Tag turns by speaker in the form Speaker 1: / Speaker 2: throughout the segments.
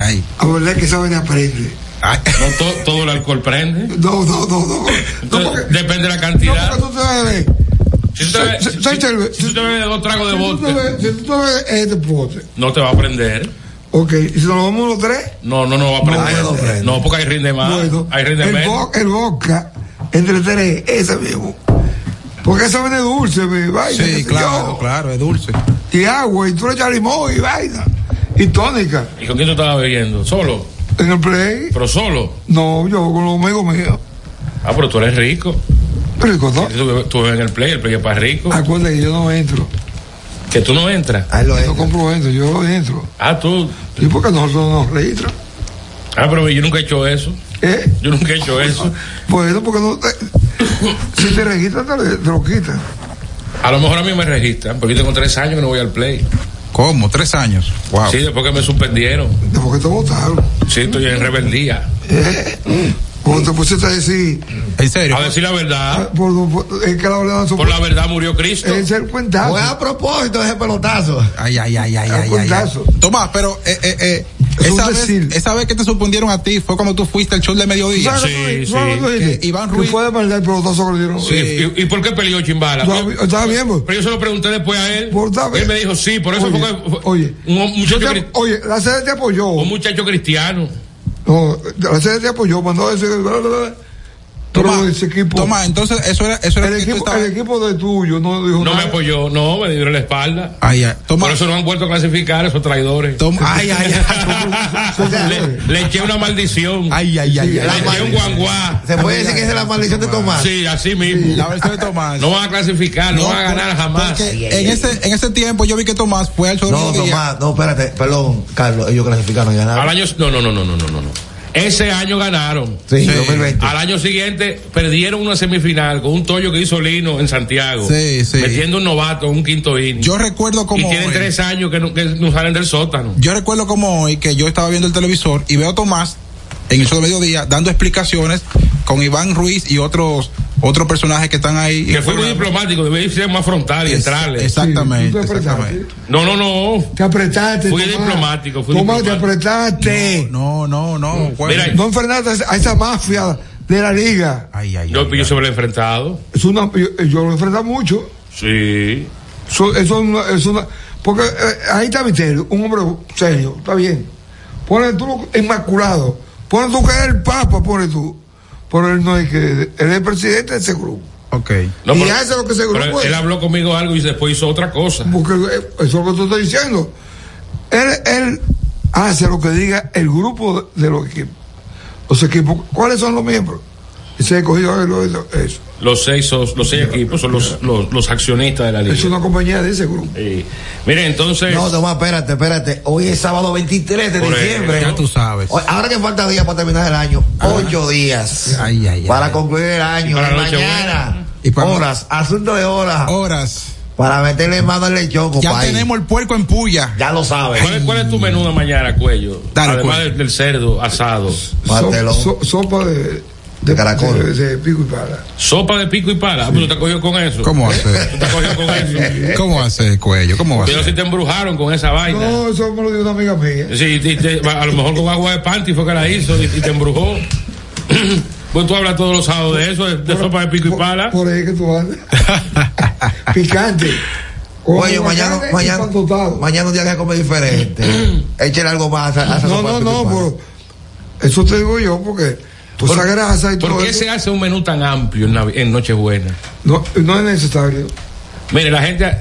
Speaker 1: Ay.
Speaker 2: A verdad que esa vaina prende.
Speaker 1: Ay.
Speaker 3: No to- todo el alcohol prende.
Speaker 2: No, no, no, no. No,
Speaker 3: Entonces,
Speaker 2: porque,
Speaker 3: depende de la
Speaker 2: no,
Speaker 3: cantidad.
Speaker 2: porque tú te bebes.
Speaker 3: si tú te bebes-
Speaker 2: se-
Speaker 3: si-
Speaker 2: se- se-
Speaker 3: si- si tú te bebes dos tragos de
Speaker 2: Si tú te
Speaker 3: vodka,
Speaker 2: bebes- si tú te bebes este pote,
Speaker 3: no te va a prender.
Speaker 2: ok, y si nos vamos los tres,
Speaker 3: No, no, no va a
Speaker 1: No, no
Speaker 3: prender.
Speaker 1: prende.
Speaker 3: No, porque ahí rinde más.
Speaker 2: bueno,
Speaker 3: ahí rinde
Speaker 2: el,
Speaker 3: menos.
Speaker 2: bo- el vodka, entre tres, ese mismo. Porque esa vaina es dulce, mi vaina. qué sé
Speaker 1: Sí, claro,
Speaker 2: yo.
Speaker 1: claro, es dulce.
Speaker 2: Y agua, y tú le echas limón y vaina. Y tónica.
Speaker 3: ¿Y con quién tú estabas bebiendo? Solo.
Speaker 2: En el play,
Speaker 3: Pero solo.
Speaker 2: no, yo con los amigos míos.
Speaker 3: Ah, pero tú eres rico.
Speaker 2: Rico, ¿no?
Speaker 3: Tú, bebes- tú bebes en el play, el play es para rico.
Speaker 2: Acuérdate que yo no entro.
Speaker 3: Que tú no entras.
Speaker 1: Ahí lo
Speaker 2: Yo no compro entro, yo entro.
Speaker 3: Ah, tú.
Speaker 2: ¿Y por qué nosotros nos registran?
Speaker 3: Ah, pero yo nunca he hecho eso.
Speaker 2: ¿Eh?
Speaker 3: Yo nunca he hecho eso.
Speaker 2: Pues eso, porque no te, si te registran, te, lo- te lo quitan.
Speaker 3: A lo mejor a mí me registran, porque yo tengo tres años que no voy al play.
Speaker 1: ¿Cómo? ¿Tres años? Wow.
Speaker 3: Sí, después que me suspendieron.
Speaker 2: ¿Por qué te votaron?
Speaker 3: Sí, estoy en rebeldía.
Speaker 2: ¿Eh? Cuando te pusiste a decir,
Speaker 1: ¿En serio?
Speaker 3: A decir la verdad,
Speaker 2: Ah, por, por- es que la verdad no
Speaker 3: por la verdad murió Cristo.
Speaker 2: es el cuentazo.
Speaker 4: Fue a propósito ese pelotazo.
Speaker 1: Ay, ay, ay, ay,
Speaker 2: Al
Speaker 1: ay, ay, ay.
Speaker 2: puntazo.
Speaker 1: Tomás, pero eh, eh, eh,
Speaker 2: Es un
Speaker 1: esa, vez,
Speaker 2: decir.
Speaker 1: esa vez que te suspendieron a ti fue cuando tú fuiste al show de
Speaker 2: ¿Tú
Speaker 1: mediodía.
Speaker 2: sabes
Speaker 3: Sí,
Speaker 2: lo que tú- tú
Speaker 3: sí.
Speaker 2: sabes lo que dijiste?
Speaker 1: Que Iván
Speaker 2: Que
Speaker 1: Ruiz-
Speaker 2: fue de maldad el pelotazo que le dieron.
Speaker 3: Sí, ¿Y, y por qué peleó Chimbala?
Speaker 2: Estaba- Estaba bien, pues.
Speaker 3: Pero yo se lo pregunté después a él.
Speaker 2: Por tal vez.
Speaker 3: Él me dijo, sí, por eso
Speaker 2: Oye,
Speaker 3: fue que- fue
Speaker 2: oye,
Speaker 3: un, un muchacho,
Speaker 2: yo te-
Speaker 3: cri-
Speaker 2: oye, la sede te apoyó.
Speaker 3: un muchacho cristiano.
Speaker 2: No, la sede te apoyó, mandó a decir. bla, bla, bla. Pero
Speaker 1: Tomás,
Speaker 2: ese equipo.
Speaker 1: Tomás, entonces eso era, eso era
Speaker 2: el,
Speaker 1: que tú
Speaker 2: equipo
Speaker 1: estabas-
Speaker 2: el equipo de tuyo no dijo
Speaker 3: No me
Speaker 2: nada.
Speaker 3: apoyó, no, me dieron la espalda.
Speaker 1: Ay, ay.
Speaker 3: Por
Speaker 1: Tomás,
Speaker 3: eso no han vuelto a clasificar esos traidores.
Speaker 1: Tomás, ay, ay,
Speaker 2: son- son-
Speaker 3: le, le eché una maldición.
Speaker 1: ay, ay, ay, ay,
Speaker 2: Sí,
Speaker 3: le
Speaker 1: ay.
Speaker 3: eché un guanguá.
Speaker 4: Se puede decir que esa es la maldición de Tomás.
Speaker 3: Sí, así mismo.
Speaker 1: La versión de Tomás.
Speaker 3: No van a clasificar, no, van a ganar jamás.
Speaker 1: Porque en, ese, en ese tiempo yo vi que Tomás fue al show
Speaker 4: No,
Speaker 1: de mediodía.
Speaker 4: Tomás, no, espérate, perdón, Carlos, ellos clasificaron y
Speaker 3: Al
Speaker 1: Ah.
Speaker 4: ganaron.
Speaker 3: año, no, no, no, no, no, no, no. Ese año ganaron.
Speaker 4: Sí,
Speaker 1: Sí.
Speaker 4: 2020.
Speaker 3: Al año siguiente perdieron una semifinal con un tollo que hizo Lino en Santiago.
Speaker 1: Sí, sí.
Speaker 3: Metiendo un novato, un quinto inning.
Speaker 1: Yo recuerdo
Speaker 3: y
Speaker 1: como
Speaker 3: tienen
Speaker 1: hoy,
Speaker 3: tres años que no, que no salen del sótano.
Speaker 1: yo recuerdo como hoy que yo estaba viendo el televisor y veo a Tomás en el show de mediodía dando explicaciones con Iván Ruiz y otros otros personajes que están ahí.
Speaker 3: Que fue muy diplomático, debía ser más frontal y
Speaker 1: Es-
Speaker 3: entrarle.
Speaker 2: Sí,
Speaker 1: Exactamente,
Speaker 2: tú te apretaste.
Speaker 1: exactamente.
Speaker 3: No, no, no.
Speaker 2: Te apretaste.
Speaker 3: Fui
Speaker 2: Tomás.
Speaker 3: diplomático, fui
Speaker 2: Tomás,
Speaker 3: diplomático.
Speaker 2: te apretaste.
Speaker 1: No, no, no. pues. güey.
Speaker 3: Mira,
Speaker 2: Don Fernández, a esa mafia de la liga.
Speaker 1: Ay, ay,
Speaker 3: Yo,
Speaker 1: ay,
Speaker 3: yo
Speaker 1: ay.
Speaker 3: se me lo he enfrentado.
Speaker 2: Es una, yo, yo lo enfrento mucho.
Speaker 3: Sí.
Speaker 2: Eso, eso no- eso no- porque eh, ahí está Misterio, un hombre serio, está bien. Pone tú lo inmaculado. Pone tú que es el Papa, pone tú. Pero él no es que. Él es el presidente de ese grupo.
Speaker 1: Ok.
Speaker 3: No,
Speaker 2: Y
Speaker 3: pero-
Speaker 2: hace lo que se
Speaker 3: pero
Speaker 2: grupo
Speaker 3: Él
Speaker 2: es.
Speaker 3: habló conmigo algo y después hizo otra cosa.
Speaker 2: Porque eh, eso es lo que te estoy diciendo. Él, él hace lo que diga el grupo de los equipos. Los equipos, ¿cuáles son los miembros? Y se ha cogido él, lo hizo, eso.
Speaker 3: Los seis, sos- los seis equipos son los, los, los accionistas de la liga.
Speaker 2: Es una compañía de ese grupo.
Speaker 3: Sí. Mire, entonces.
Speaker 4: No, Tomás, espérate, espérate. Hoy es sábado 23 de
Speaker 3: Por eso.
Speaker 4: diciembre.
Speaker 1: Ya tú sabes.
Speaker 4: Hoy- ahora que falta día para terminar el año, ocho días
Speaker 1: Ay, ay, ay.
Speaker 4: para concluir el año.
Speaker 3: para
Speaker 4: Y
Speaker 3: la noche
Speaker 4: mañana,
Speaker 1: Y para-
Speaker 4: horas, asunto de horas,
Speaker 1: Horas.
Speaker 4: para meterle mano al lechón,
Speaker 1: Ya
Speaker 4: compadre.
Speaker 1: tenemos el puerco en puya.
Speaker 4: Ya lo sabes.
Speaker 3: ¿Cuál es, cuál es tu menú de mañana, cuello?
Speaker 1: Dale,
Speaker 3: Además
Speaker 1: cuello.
Speaker 3: del, del cerdo asado.
Speaker 4: Pastelón.
Speaker 2: So- so- sopa de, de
Speaker 4: caracol.
Speaker 2: De, de pico y pala.
Speaker 3: Sopa de pico y pala. Ah, pero te cogió con eso. ¿Eh?
Speaker 1: ¿Cómo hace?
Speaker 3: Tú te cogió con eso.
Speaker 1: ¿Cómo hace el cuello? ¿Cómo
Speaker 3: Pero
Speaker 1: hace?
Speaker 3: si te embrujaron con esa vaina.
Speaker 2: No, eso me lo dio una amiga mía.
Speaker 3: Sí, y te- a lo mejor con agua de panty fue que la hizo y, y te embrujó. Pues tú hablas todos los sábados de eso, de, de sopa de pico y
Speaker 2: Por-
Speaker 3: pala.
Speaker 2: Por ahí que tú andas. Picante. Con
Speaker 4: Oye,
Speaker 2: aguacate
Speaker 4: mañana,
Speaker 2: y
Speaker 4: mañana,
Speaker 2: pan tostado.
Speaker 4: mañana un día que come diferente. Échale algo más a, a esa
Speaker 2: No,
Speaker 4: sopa
Speaker 2: no,
Speaker 4: de
Speaker 2: no,
Speaker 4: pico y palo.
Speaker 2: pero eso te digo yo porque tú
Speaker 3: ¿Por-
Speaker 2: esa grasa y
Speaker 3: ¿Por
Speaker 2: todo
Speaker 3: qué
Speaker 2: eso,
Speaker 3: se hace un menú tan amplio en, Nav- en Nochebuena?
Speaker 2: no, no es necesario.
Speaker 3: Mire, la gente,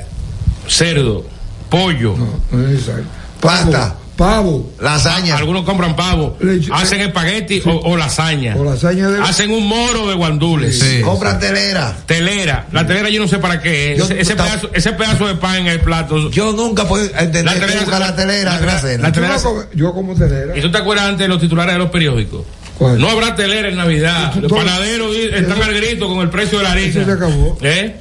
Speaker 3: cerdo, pollo,
Speaker 2: No, no es necesario.
Speaker 4: Pasta.
Speaker 2: Pavo.
Speaker 4: Lasaña.
Speaker 3: algunos compran pavo,
Speaker 2: Leche-
Speaker 3: hacen espagueti o, o lasaña.
Speaker 2: O lasaña de-
Speaker 3: Hacen un moro de guandules.
Speaker 1: Sí.
Speaker 4: Compra telera.
Speaker 3: Telera, la telera yo no sé para qué es.
Speaker 4: Yo-
Speaker 3: ese, ese
Speaker 4: ta-
Speaker 3: pedazo, ese pedazo de pan en el plato.
Speaker 4: Yo nunca puedo entender
Speaker 3: La
Speaker 4: que
Speaker 3: telera-
Speaker 4: busca la telera
Speaker 3: la-
Speaker 4: en una
Speaker 3: la-
Speaker 4: cena.
Speaker 3: la-
Speaker 2: Yo,
Speaker 3: telera
Speaker 2: no
Speaker 3: se-
Speaker 2: como- yo como telera.
Speaker 3: ¿Y tú te acuerdas antes de los titulares de los periódicos?
Speaker 2: ¿Cuál?
Speaker 3: No habrá telera en Navidad.
Speaker 2: Tú-
Speaker 3: Los
Speaker 2: tú-
Speaker 3: panaderos di- están al grito con el precio de la harina.
Speaker 2: Eso se acabó.
Speaker 3: ¿Eh?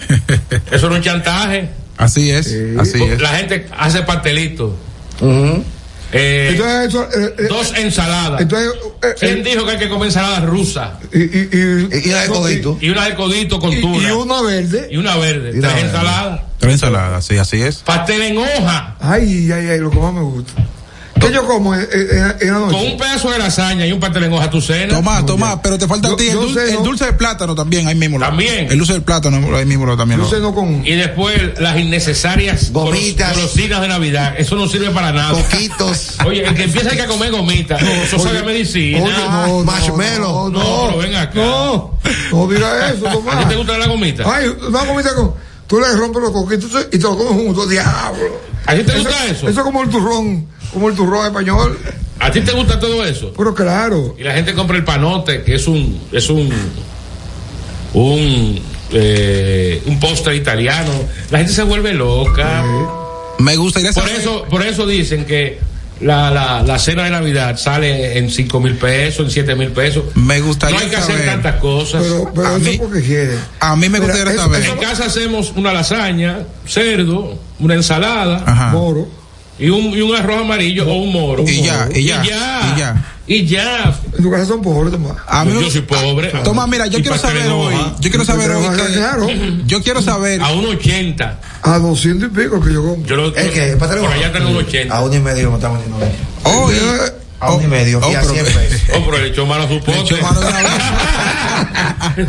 Speaker 3: Eso era un chantaje.
Speaker 1: Así es,
Speaker 2: Sí.
Speaker 1: así es.
Speaker 3: La gente hace pastelitos.
Speaker 4: Ujú.
Speaker 3: Eh,
Speaker 2: Entonces, eso, eh, eh,
Speaker 3: dos ensaladas.
Speaker 2: entonces, eh,
Speaker 3: ¿Quién dijo que hay que comer ensaladas rusas?
Speaker 2: eh, y, y,
Speaker 4: Y, y la de codito.
Speaker 3: Y una de codito con
Speaker 2: y-
Speaker 3: tuna.
Speaker 2: y una verde.
Speaker 3: Y una verde.
Speaker 4: Y una
Speaker 3: Tres
Speaker 4: verde.
Speaker 3: ensaladas.
Speaker 1: Tres ensaladas, sí, así es.
Speaker 3: Pastel en hoja.
Speaker 2: Ay, ay, ay, lo que más me gusta. ¿Qué yo como en, en- en la
Speaker 3: Con
Speaker 2: noche?
Speaker 3: un pedazo de lasaña y un pastel en hoja tu cena.
Speaker 1: Tomás, Tomás, pero te falta a
Speaker 2: Yo-
Speaker 1: ti el
Speaker 2: yo
Speaker 1: dulce,
Speaker 2: sé,
Speaker 1: el
Speaker 2: ¿no?
Speaker 1: dulce de plátano también, ahí mismo. lo-
Speaker 3: También.
Speaker 1: El dulce de plátano, ahí mismo lo también.
Speaker 2: Yo
Speaker 1: lo-
Speaker 2: ceno con.
Speaker 3: Y después las innecesarias golos-
Speaker 4: Gomitas.
Speaker 3: golosinas de Navidad. Eso no sirve para nada.
Speaker 4: Coquitos.
Speaker 3: Oye, el que empieza hay que comer gomitas. Eso sabe a medicina.
Speaker 2: Oye, no, no,
Speaker 4: Marshmallow.
Speaker 2: No,
Speaker 3: No,
Speaker 2: no,
Speaker 3: pero Oh, ven acá.
Speaker 2: No, no diga eso,
Speaker 3: ¿A ti
Speaker 2: Tomás.
Speaker 3: te gusta la gomita?
Speaker 2: Ay, una comida con. Tú le rompes los coquitos y te los comes juntos, diablo.
Speaker 3: ¿A ti te gusta eso?
Speaker 2: Eso es como el turrón, como el turrón español.
Speaker 3: ¿A ti te gusta todo eso?
Speaker 2: Pero claro,
Speaker 3: Y la gente compra el panote, que es un es un un eh, un postre italiano. La gente se vuelve loca.
Speaker 1: Me gustaría
Speaker 3: Por
Speaker 1: saber-
Speaker 3: eso por eso dicen que la, la, la cena de Navidad sale en cinco mil pesos, en siete mil pesos.
Speaker 1: Me gustaría
Speaker 3: No hay que hacer
Speaker 1: saber.
Speaker 3: tantas cosas.
Speaker 2: pero,
Speaker 1: A
Speaker 2: pero eso
Speaker 1: mí-
Speaker 2: es porque quiere.
Speaker 1: A mí me
Speaker 2: Mira,
Speaker 1: gustaría
Speaker 2: eso-
Speaker 1: saber.
Speaker 3: en casa hacemos una lasaña, cerdo, una ensalada
Speaker 1: Ajá.
Speaker 2: Moro.
Speaker 3: y un, y un arroz amarillo o un moro.
Speaker 1: Y ya, y ya,
Speaker 3: Y ya.
Speaker 1: y ya.
Speaker 3: Y ya.
Speaker 2: En tu casa son pobres, Tomás.
Speaker 1: A mí me-
Speaker 3: Yo soy pobre.
Speaker 1: Tomás, mira, yo
Speaker 3: Y
Speaker 1: quiero
Speaker 3: pastel en
Speaker 1: saber hoy.
Speaker 3: hoja.
Speaker 1: Yo quiero saber
Speaker 2: Pero
Speaker 1: hoy.
Speaker 2: acá,
Speaker 1: que-
Speaker 2: claro.
Speaker 1: Yo quiero saber.
Speaker 3: A un 80.
Speaker 2: A 200 y pico que yo Eh, compro.
Speaker 3: Yo lo,
Speaker 4: ¿El qué? ¿El pastel en
Speaker 3: por
Speaker 4: hoja?
Speaker 3: allá tengo un 80.
Speaker 4: A uno y medio no estamos yendo. Oh,
Speaker 1: Hoy.
Speaker 4: A uno y medio.
Speaker 1: Oh,
Speaker 4: y a
Speaker 1: pero-
Speaker 4: 100 pesos.
Speaker 3: Oh, pero le echó mano a su
Speaker 1: Le echó
Speaker 3: pote.
Speaker 1: mano de una vez.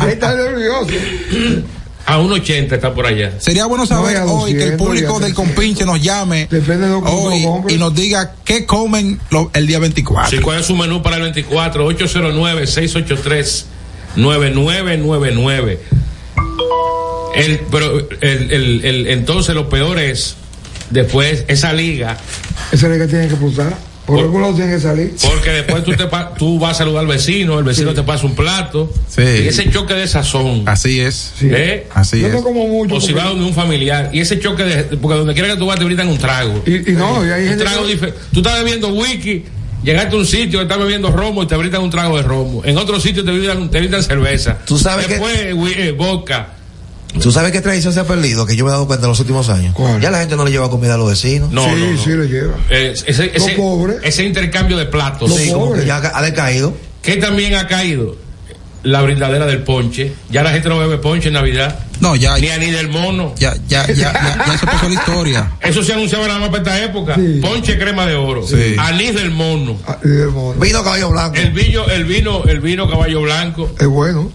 Speaker 2: Ahí está nervioso.
Speaker 3: A un 80 está por allá.
Speaker 1: Sería bueno saber
Speaker 2: No, ya
Speaker 1: hoy que el
Speaker 2: 200,
Speaker 1: público
Speaker 2: ya
Speaker 1: del
Speaker 2: 300.
Speaker 1: compinche nos llame
Speaker 2: Depende de lo que
Speaker 1: hoy
Speaker 2: uno compre.
Speaker 1: y nos diga qué comen lo- el día 24.
Speaker 3: Sí, ¿Cuál es su menú para el 24? 809-683-9999. El, pero el, el, el- entonces lo peor es, después, esa liga,
Speaker 2: Esa es la que tienen que pulsar. Por algún lado tienen que salir.
Speaker 3: porque después tú, te pa- tú vas a saludar al vecino, el vecino te pasa un plato,
Speaker 1: Sí.
Speaker 3: y ese choque de sazón.
Speaker 1: Así es.
Speaker 2: Sí.
Speaker 3: ¿eh?
Speaker 1: Así
Speaker 2: yo no
Speaker 1: es.
Speaker 2: como mucho.
Speaker 3: O si
Speaker 2: porque-
Speaker 3: vas donde un familiar, y ese choque de. Porque donde quiera que tú vas te brindan un trago.
Speaker 2: y, y no, y hay
Speaker 3: un
Speaker 2: gente.
Speaker 3: trago
Speaker 2: que-
Speaker 3: dife- Tú estás bebiendo whisky, llegaste a un sitio, estás bebiendo romo y te brindan un trago de romo. En otro sitio te brindan, te brindan cerveza.
Speaker 4: Tú sabes que-
Speaker 3: Después, whi- eh, vodka.
Speaker 4: ¿Tú sabes qué tradición se ha perdido? Que yo me he dado cuenta en los últimos años.
Speaker 2: ¿Cuál?
Speaker 4: Ya la gente no le lleva comida a los vecinos.
Speaker 3: No,
Speaker 2: sí,
Speaker 3: no, no.
Speaker 2: sí, lo lleva.
Speaker 3: Eh, ese, ese-
Speaker 2: pobres.
Speaker 3: ese intercambio de platos.
Speaker 4: Sí,
Speaker 2: Los
Speaker 4: como que
Speaker 2: pobres.
Speaker 4: ya ha ha decaído.
Speaker 3: Que también ha caído la brindadera del ponche. Ya la gente no bebe ponche en Navidad.
Speaker 1: No, ya,
Speaker 3: Ni
Speaker 1: ya,
Speaker 3: a ni del mono.
Speaker 1: ya, ya, ya, ya se pasó la historia.
Speaker 3: Eso se anunciaba nada más para esta época.
Speaker 2: Sí.
Speaker 3: Ponche crema de oro.
Speaker 1: Sí.
Speaker 3: Anís del mono.
Speaker 2: Ah, y del mono.
Speaker 4: Vino caballo blanco.
Speaker 3: El vino, el vino, el vino caballo blanco.
Speaker 2: Es bueno.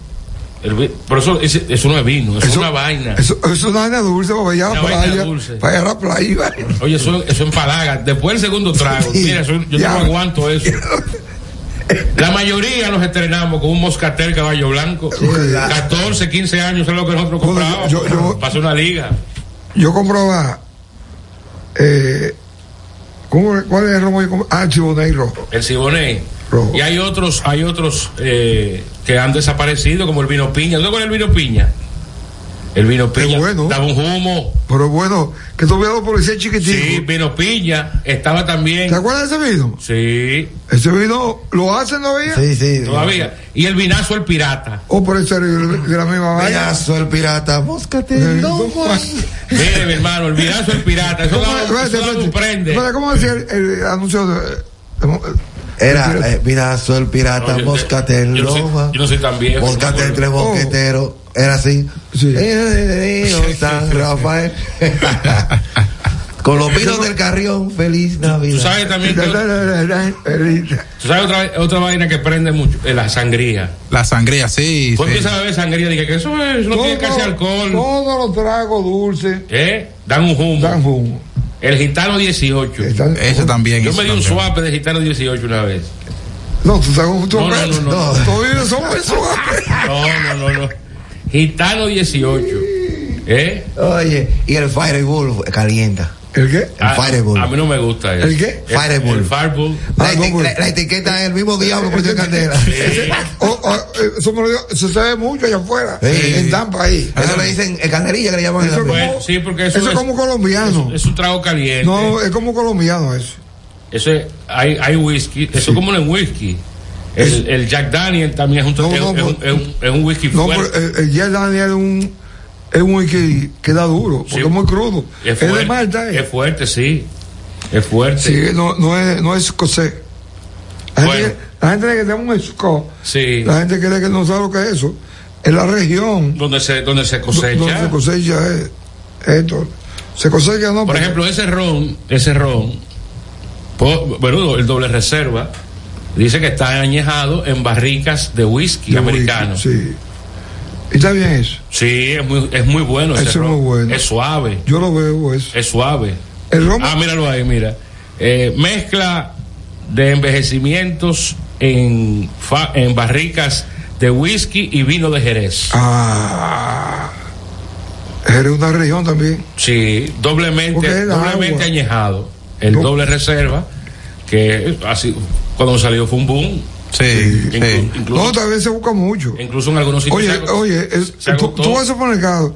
Speaker 3: El vi- pero eso, ese- eso no es vino, eso, es una vaina.
Speaker 2: Eso, eso es una vaina dulce para allá a
Speaker 3: Una
Speaker 2: la
Speaker 3: vaina
Speaker 2: playa.
Speaker 3: dulce.
Speaker 2: Para allá a la playa.
Speaker 3: Oye, eso, eso empalaga. Después el segundo trago.
Speaker 4: Sí.
Speaker 3: Mira, eso- yo
Speaker 2: Ya.
Speaker 3: no aguanto eso. La mayoría nos estrenamos con un moscatel caballo blanco.
Speaker 2: verdad.
Speaker 3: 14, 15 años es lo que nosotros
Speaker 2: Bueno,
Speaker 3: comprábamos.
Speaker 2: yo- yo-
Speaker 3: Pasó una liga.
Speaker 2: Yo compraba. Eh, ¿cómo- ¿Cuál es el romo? que yo compraba? Ah, Chiboney rojo.
Speaker 3: El Siboney.
Speaker 2: Rojo.
Speaker 3: Y hay otros, hay otros eh, que han desaparecido, como el vino piña. ¿Tú con el vino piña? El vino piña
Speaker 2: bueno.
Speaker 3: daba un humo.
Speaker 2: Pero bueno, que tú veas los policías chiquititos.
Speaker 3: Sí, vino piña. Eh, Estaba también.
Speaker 2: ¿Te acuerdas de ese vino?
Speaker 3: Sí,
Speaker 2: Ese vino lo hacen todavía. Oh,
Speaker 4: Sí, sí.
Speaker 3: todavía. Y el vinazo el pirata.
Speaker 2: O por el terrible de la misma vaina.
Speaker 4: Payaso, el pirata. Búscate,
Speaker 2: Eh,
Speaker 4: don
Speaker 2: don
Speaker 4: Juan.
Speaker 2: Juan.
Speaker 3: Mire, mi hermano, el vinazo el pirata. Eso
Speaker 2: ¿Cómo,
Speaker 3: da,
Speaker 2: espérate,
Speaker 3: eso da
Speaker 2: espérate.
Speaker 3: un prende.
Speaker 2: Espérate, ¿cómo decía el, el anuncio de, de-
Speaker 4: Era eh, Pirazo, el pirata.
Speaker 3: No, yo-
Speaker 4: Búscate,
Speaker 3: yo
Speaker 4: el
Speaker 3: no soy-
Speaker 4: loja.
Speaker 3: yo no soy tan viejo,
Speaker 4: Búscate,
Speaker 3: no me
Speaker 4: el tres
Speaker 2: acuerdo.
Speaker 4: mosqueteros. Era así.
Speaker 2: Sí.
Speaker 4: Eh, eh, eh, eh, San Rafael. Con los pinos del carrión. Feliz
Speaker 3: Tú
Speaker 4: Navidad.
Speaker 3: sabes también. que- tú sabes otra, otra vaina que prende mucho. Eh, la sangría.
Speaker 1: La sangría, sí.
Speaker 3: Vos
Speaker 1: sí.
Speaker 3: empiezas a beber sangría. Dije que eso es, no tiene casi alcohol.
Speaker 2: Todos los tragos dulces
Speaker 3: ¿Eh? Dan un humo.
Speaker 2: dan humo.
Speaker 3: El gitano 18.
Speaker 2: Están-
Speaker 1: Ese también.
Speaker 3: Yo
Speaker 1: ese
Speaker 3: me di un
Speaker 1: también.
Speaker 3: swap de gitano 18 una vez.
Speaker 2: No, tú estás con tu
Speaker 3: No, no, no, no.
Speaker 2: Tú vives solo eso.
Speaker 3: No, no, no, no. Gitano 18. ¿Eh?
Speaker 4: Oye, y el Fireball calienta. Ah,
Speaker 2: ¿El qué?
Speaker 4: El Fireball.
Speaker 3: Ah, A mí no me gusta eso.
Speaker 2: ¿El qué?
Speaker 4: Fireball.
Speaker 3: El Fireball.
Speaker 4: La,
Speaker 2: Ah,
Speaker 4: eti-
Speaker 2: ¿cómo?
Speaker 4: la- la etiqueta es el mismo diablo que tiene candela.
Speaker 3: Eh,
Speaker 2: O- o, eh, eso me lo dio- se sabe mucho allá afuera.
Speaker 4: Sí.
Speaker 2: En Tampa ahí.
Speaker 4: Eso le dicen eh, candelilla que le llaman. en la
Speaker 2: Eso
Speaker 4: prensa.
Speaker 3: bueno, sí, porque eso,
Speaker 2: Eso es como colombiano.
Speaker 3: es un trago caliente.
Speaker 2: No, es como colombiano eso.
Speaker 3: Eso es, hay, hay whisky, eso es como en whisky. El, el Jack Daniel también es un,
Speaker 2: No,
Speaker 3: es,
Speaker 2: no,
Speaker 3: es un-
Speaker 2: pero-
Speaker 3: es un- es un whisky
Speaker 2: No, pero
Speaker 3: fuerte.
Speaker 2: eh, el Jack Daniel es un, es un whisky que da duro, porque
Speaker 3: Sí.
Speaker 2: es muy crudo.
Speaker 3: es,
Speaker 2: Es,
Speaker 3: fuerte,
Speaker 2: de Malta. eh.
Speaker 3: es fuerte, sí. Es fuerte.
Speaker 2: Sí, no, no es, no es escocés. La,
Speaker 3: Bueno.
Speaker 2: gente, la gente cree que tenemos un escocés.
Speaker 3: Sí.
Speaker 2: La gente cree que no sabe lo que es eso. En la región
Speaker 3: Donde se, donde se
Speaker 2: do-
Speaker 3: cosecha.
Speaker 2: donde se cosecha es- esto. Se cosecha no.
Speaker 3: Por
Speaker 2: pero-
Speaker 3: ejemplo, ese ron, ese ron, Po- Pero pues, el doble reserva dice que está añejado en barricas de whisky
Speaker 2: de
Speaker 3: americano.
Speaker 2: whisky, Sí. Y está bien eso.
Speaker 3: Sí, es muy, es muy bueno. ese
Speaker 2: Eso es
Speaker 3: ron.
Speaker 2: muy bueno.
Speaker 3: Es suave,
Speaker 2: Yo lo veo eso.
Speaker 3: es suave.
Speaker 2: El ron-
Speaker 3: Ah, míralo ahí, mira. Eh, mezcla de envejecimientos en, fa- en barricas de whisky y vino de Jerez.
Speaker 2: Ah. Eres una región también.
Speaker 3: Sí,
Speaker 2: Porque
Speaker 3: doblemente,
Speaker 2: era
Speaker 3: doblemente
Speaker 2: agua.
Speaker 3: añejado. El
Speaker 2: No.
Speaker 3: doble reserva, que así, cuando salió fue un boom.
Speaker 1: Sí,
Speaker 3: Inclu-
Speaker 1: sí.
Speaker 2: No,
Speaker 3: incluso,
Speaker 2: también se busca mucho.
Speaker 3: incluso en algunos sitios.
Speaker 2: Oye,
Speaker 3: se agotó-
Speaker 2: oye, es-
Speaker 3: se
Speaker 2: tú,
Speaker 3: agotó
Speaker 2: tú vas a supermercado.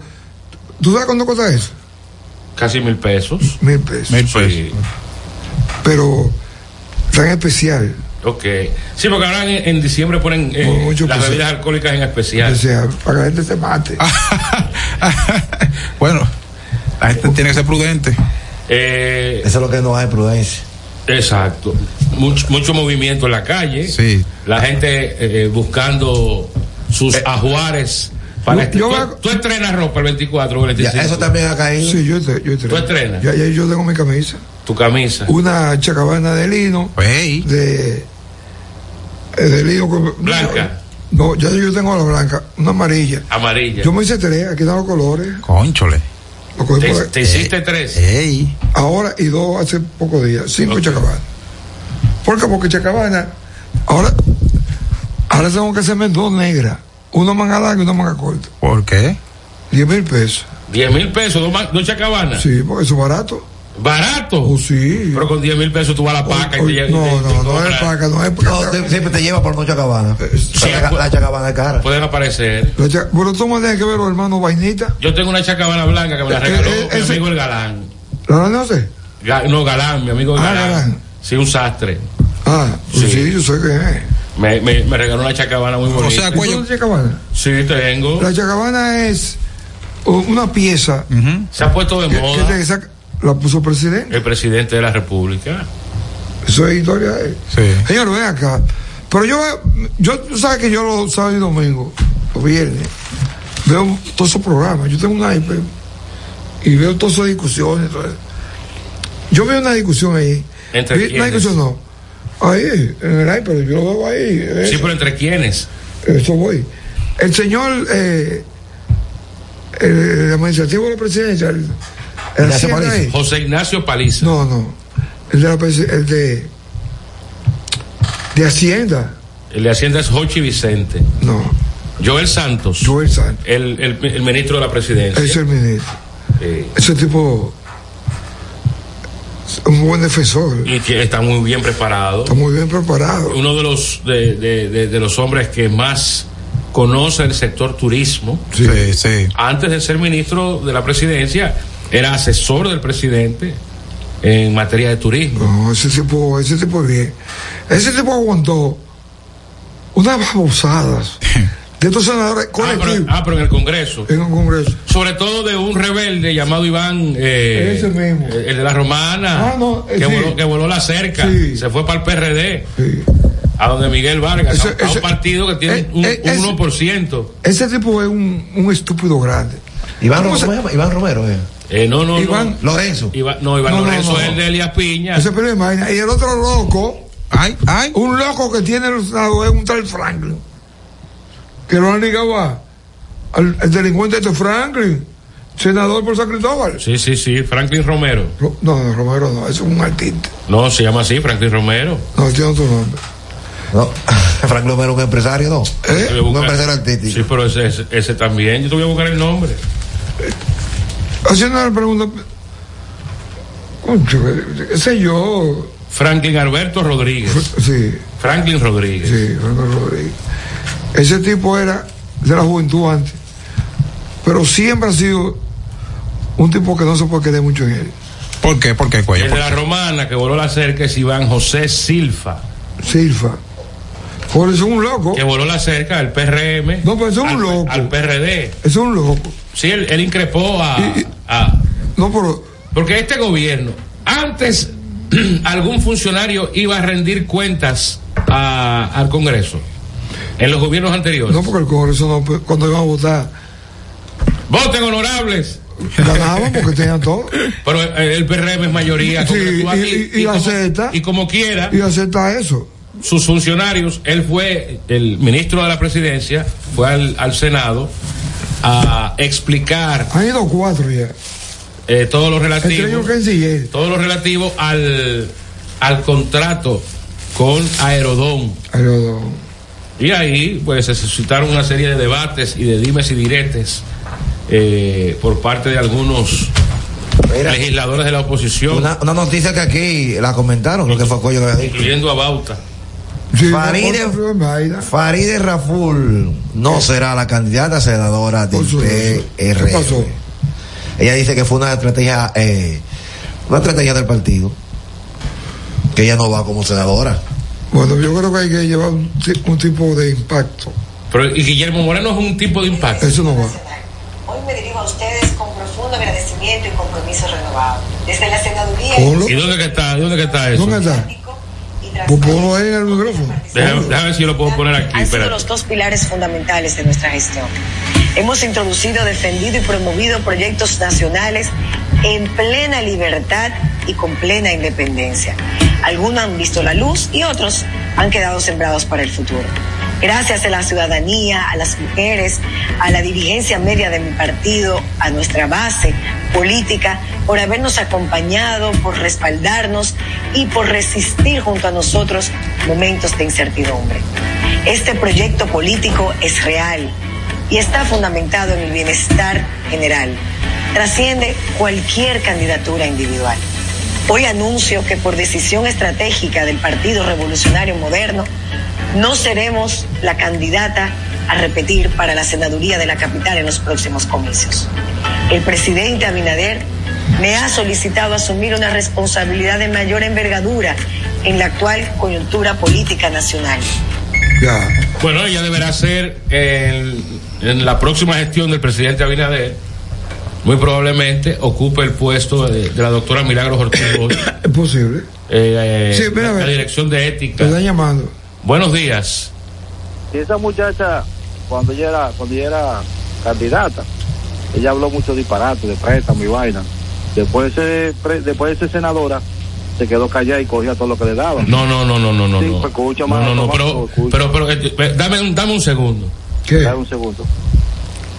Speaker 2: ¿Tú sabes cuánto cuesta eso?
Speaker 3: casi mil pesos.
Speaker 2: Mil pesos.
Speaker 1: Mil pesos.
Speaker 3: Sí,
Speaker 2: Pero tan especial.
Speaker 3: ok. Sí, porque ahora en, en diciembre ponen eh,
Speaker 2: Muy- mucho
Speaker 3: las
Speaker 2: peso.
Speaker 3: bebidas alcohólicas en especial.
Speaker 2: O sea, para que la gente se mate.
Speaker 1: bueno, la gente tiene que ser prudente.
Speaker 3: Eh,
Speaker 4: Eso es lo que no hay prudencia.
Speaker 3: Exacto. Mucho, mucho movimiento en la calle.
Speaker 1: Sí.
Speaker 3: La gente eh, buscando sus
Speaker 4: Eh,
Speaker 3: ajuares. Para
Speaker 2: yo-
Speaker 3: este-
Speaker 2: yo
Speaker 3: tú,
Speaker 2: me-
Speaker 3: tú estrenas ropa el 24 o el
Speaker 4: Ya,
Speaker 3: 25.
Speaker 4: eso también ¿eh? ha caído.
Speaker 2: Sí, yo, te- yo
Speaker 3: ¿Tú
Speaker 2: entreno.
Speaker 3: estrenas?
Speaker 2: Ya, ya yo tengo mi camisa.
Speaker 3: Tu camisa.
Speaker 2: Una chacabana de lino.
Speaker 1: Ey,
Speaker 2: de, eh, de lío con-
Speaker 3: Blanca.
Speaker 2: No, ya yo tengo la blanca, una amarilla.
Speaker 3: amarilla.
Speaker 2: Yo me hice tres, aquí están los colores.
Speaker 1: conchole.
Speaker 2: los cogí
Speaker 3: te,
Speaker 2: por ahí.
Speaker 1: Eh.
Speaker 3: te hiciste tres.
Speaker 1: Ey.
Speaker 2: Ahora y dos hace pocos días, cinco
Speaker 3: Ok.
Speaker 2: chacabanas. ¿Por qué? Porque chacabanas, ahora, ahora tengo que hacerme dos negras, una manga larga y una manga corta.
Speaker 1: ¿Por qué?
Speaker 2: Diez mil pesos.
Speaker 3: 10 mil pesos, dos, ma- dos chacabanas.
Speaker 2: Sí, porque eso es barato.
Speaker 3: Barato.
Speaker 2: Oh, sí.
Speaker 3: Pero con 10 mil pesos tú vas a la paca
Speaker 2: Oh,
Speaker 3: y te
Speaker 2: oh,
Speaker 3: llevas.
Speaker 2: no,
Speaker 3: te- te
Speaker 2: no, no es
Speaker 3: compras.
Speaker 2: paca, no es
Speaker 4: No, te-
Speaker 2: paca.
Speaker 4: siempre te lleva por no chacabana.
Speaker 3: sí,
Speaker 4: la,
Speaker 3: pues-
Speaker 4: la chacabana es cara.
Speaker 3: Pueden aparecer.
Speaker 2: La chaca- Pero tú me tienes que ver los hermanos Vainita.
Speaker 3: Yo tengo una chacabana blanca que me la
Speaker 2: Eh,
Speaker 3: regaló
Speaker 2: eh,
Speaker 3: mi
Speaker 2: ese-
Speaker 3: amigo el galán.
Speaker 2: ¿La no sé?
Speaker 3: Ga- no, galán, mi amigo
Speaker 2: Ah,
Speaker 3: galán.
Speaker 2: Galán.
Speaker 3: Sí, un sastre.
Speaker 2: Ah,
Speaker 3: Sí.
Speaker 2: sí, yo sé que es.
Speaker 3: Me, me, me regaló una chacabana muy bonita.
Speaker 1: O sea,
Speaker 2: ¿Y tú
Speaker 1: cuello.
Speaker 2: de Chacabana?
Speaker 3: sí, tengo.
Speaker 2: La chacabana es u- una pieza
Speaker 1: Ujú.
Speaker 3: Se ha puesto de
Speaker 2: que, que
Speaker 3: moda
Speaker 2: te saca- la puso presidente.
Speaker 3: el presidente de la República.
Speaker 2: Eso es historia. de-
Speaker 1: Sí.
Speaker 2: Señor, ven acá. Pero yo, yo tú sabes que yo los sábados y domingos, los viernes, veo todos esos programas. Yo tengo un iPad y veo todas esas discusiones. todo eso. Yo veo una discusión ahí.
Speaker 3: ¿Entre
Speaker 2: Vi- una
Speaker 3: quiénes?
Speaker 2: discusión no. Ahí, en el iPad, yo lo veo ahí. eh.
Speaker 3: Sí, pero entre quienes.
Speaker 2: Eso voy. El señor, eh, el, el administrativo de la presidencia, el, el
Speaker 4: Ya se
Speaker 2: Hacienda
Speaker 4: parece.
Speaker 2: ahí.
Speaker 3: José Ignacio Paliza.
Speaker 2: No, no. El de la presi- el de, de Hacienda.
Speaker 3: El de Hacienda es Jochi Vicente.
Speaker 2: No,
Speaker 3: Joel Santos.
Speaker 2: Joel Sánchez.
Speaker 3: El, el, el ministro de la presidencia.
Speaker 2: Es el ministro.
Speaker 3: Eh,
Speaker 2: Ese tipo, es un buen defensor.
Speaker 3: y que está muy bien preparado.
Speaker 2: Está muy bien preparado.
Speaker 3: Uno de los, de, de- de- de los hombres que más conoce el sector turismo.
Speaker 1: Sí, sí.
Speaker 3: antes de ser ministro de la presidencia, era asesor del presidente en materia de turismo.
Speaker 2: No, ese tipo, ese tipo es bien. Ese tipo aguantó unas babosadas de estos senadores
Speaker 3: Ah pero,
Speaker 2: colectivos
Speaker 3: ah, pero en el Congreso.
Speaker 2: en un congreso.
Speaker 3: Sobre todo de un rebelde llamado Iván, eh,
Speaker 2: Ese mismo.
Speaker 3: eh, el de la Romana,
Speaker 2: Ah, no, eh,
Speaker 3: que,
Speaker 2: sí.
Speaker 3: voló, que voló la cerca,
Speaker 2: Sí.
Speaker 3: se fue para el PRD,
Speaker 2: Sí.
Speaker 3: a donde Miguel Vargas,
Speaker 2: Eso-
Speaker 3: a un- a,
Speaker 2: eso-
Speaker 3: un partido que tiene
Speaker 2: eh,
Speaker 3: un,
Speaker 2: eh,
Speaker 3: un
Speaker 2: ese-
Speaker 3: 1%.
Speaker 2: Ese tipo es un, un estúpido grande.
Speaker 4: Iván,
Speaker 2: ¿Cómo
Speaker 4: Ro-
Speaker 2: se-
Speaker 4: ¿cómo se llama? Iván Romero. eh.
Speaker 3: Eh, no, no,
Speaker 2: Iván-
Speaker 3: no.
Speaker 4: Lorenzo.
Speaker 3: Iván- no, Iván
Speaker 2: No, no,
Speaker 3: Lorenzo
Speaker 2: no,
Speaker 3: es el
Speaker 2: no.
Speaker 3: de Elías Piña.
Speaker 2: Ese pero imagina. Y el otro loco,
Speaker 1: Ay, ay.
Speaker 2: un loco que tiene el Senado es un tal Franklin. Que lo han ligado a- al al delincuente este Franklin, senador por San Cristóbal.
Speaker 3: Sí, sí, sí, Franklin Romero.
Speaker 2: Ro- No, no, Romero no, ese es un artista.
Speaker 3: No, se llama así, Franklin Romero.
Speaker 2: No tiene otro nombre.
Speaker 4: No. Frank Romero, un empresario, no.
Speaker 3: Te
Speaker 2: ¿Eh?
Speaker 3: voy a
Speaker 4: Un
Speaker 3: buscar.
Speaker 4: empresario artístico.
Speaker 3: Sí, pero ese, ese, ese también. Yo te voy a buscar el nombre.
Speaker 2: Haciendo la pregunta. Concho, qué sé yo.
Speaker 3: Franklin Alberto Rodríguez.
Speaker 2: Sí,
Speaker 3: Franklin Rodríguez.
Speaker 2: sí, Franklin Rodríguez. Ese tipo era de la juventud antes. Pero siempre ha sido un tipo que no se puede creer mucho en él.
Speaker 1: ¿Por qué? ¿Por qué, cuello?
Speaker 3: El de
Speaker 1: ¿Por
Speaker 3: la romana que voló la cerca es Iván José Silfa,
Speaker 2: Silfa. Por eso es un loco.
Speaker 3: que voló la cerca al PRM.
Speaker 2: No, pero ese es un
Speaker 3: al,
Speaker 2: loco.
Speaker 3: Al PRD.
Speaker 2: Es un loco.
Speaker 3: Sí, él, él increpó a,
Speaker 2: Y- y-
Speaker 3: a-
Speaker 2: No, pero
Speaker 3: Porque este gobierno, antes algún funcionario iba a rendir cuentas a- al Congreso. En los gobiernos anteriores.
Speaker 2: no porque el Congreso no, pues, cuando iban a votar,
Speaker 3: Voten honorables.
Speaker 2: ganaban porque tenían todo.
Speaker 3: Pero eh, el PRM es mayoría.
Speaker 2: Sí,
Speaker 3: congresual,
Speaker 2: y- y- y
Speaker 3: como-
Speaker 2: acepta.
Speaker 3: y como quiera,
Speaker 2: Y acepta eso.
Speaker 3: sus funcionarios, él fue el ministro de la presidencia, fue al, al Senado a explicar
Speaker 2: Han ido cuatro ya.
Speaker 3: eh, todo lo
Speaker 2: Entre
Speaker 3: relativo,
Speaker 2: ellos canciller.
Speaker 3: todo lo relativo al, al contrato con Aerodón.
Speaker 2: Pero,
Speaker 3: Y ahí, pues, se suscitaron una serie de debates y de dimes y diretes eh, por parte de algunos
Speaker 4: Mira,
Speaker 3: legisladores de la oposición,
Speaker 4: una, una noticia que aquí la comentaron, lo que fue Coello que había dicho.
Speaker 3: incluyendo a Bauta.
Speaker 2: sí,
Speaker 4: Farideh-
Speaker 2: no, por- en Vaina.
Speaker 4: Faride Raful no será la candidata senadora del
Speaker 2: Por su- ¿Qué pasó?
Speaker 4: PRM. Ella dice que fue una estrategia, eh, una estrategia del partido, que ella no va como senadora.
Speaker 2: Bueno, yo creo que hay que llevar un, ti- un tipo de impacto.
Speaker 3: Pero, y Guillermo Moreno es un tipo de impacto.
Speaker 2: Eso no va.
Speaker 5: Hoy me dirijo a ustedes con profundo agradecimiento y compromiso renovado. Desde la senaduría
Speaker 2: Ponlo.
Speaker 3: ¿Y dónde que está? ¿Dónde que está eso?
Speaker 2: ¿Dónde está?
Speaker 5: y
Speaker 2: Pues
Speaker 5: transparente-
Speaker 2: ponlo ahí en el micrófono.
Speaker 3: Déjame, déjame ver si yo lo puedo poner aquí.
Speaker 5: han sido
Speaker 3: espérate.
Speaker 5: los dos pilares fundamentales de nuestra gestión. Hemos introducido, defendido y promovido proyectos nacionales en plena libertad y con plena independencia. Algunos han visto la luz y otros han quedado sembrados para el futuro. Gracias a la ciudadanía, a las mujeres, a la dirigencia media de mi partido, a nuestra base política, por habernos acompañado, por respaldarnos y por resistir junto a nosotros momentos de incertidumbre. Este proyecto político es real y está fundamentado en el bienestar general. Trasciende cualquier candidatura individual. Hoy anuncio que por decisión estratégica del Partido Revolucionario Moderno, no seremos la candidata a repetir para la senaduría de la capital en los próximos comicios. El presidente Abinader me ha solicitado asumir una responsabilidad de mayor envergadura en la actual coyuntura política nacional.
Speaker 2: Ya.
Speaker 3: Bueno, ella deberá ser el- en la próxima gestión del presidente Abinader. Muy probablemente ocupe el puesto de, de la doctora Milagros Ortiz Bosch,
Speaker 2: Es posible.
Speaker 3: eh,
Speaker 2: Sí, mira, a
Speaker 3: la
Speaker 2: ver.
Speaker 3: dirección de ética.
Speaker 2: Te están llamando.
Speaker 3: Buenos días.
Speaker 6: Y esa muchacha, cuando ella era, cuando ella era candidata, ella habló mucho disparate de préstamo y vaina. Después de, ser pre- después de ser senadora, se quedó callada y cogía todo lo que le daban.
Speaker 3: No, no, no, no, no, no.
Speaker 6: Sí,
Speaker 3: no.
Speaker 6: pues, escucha,
Speaker 3: no, no, no,
Speaker 6: mano,
Speaker 3: pero,
Speaker 6: escucha.
Speaker 3: pero, pero, eh, eh, dame, un- dame un segundo.
Speaker 2: ¿Qué?
Speaker 6: Dame un segundo.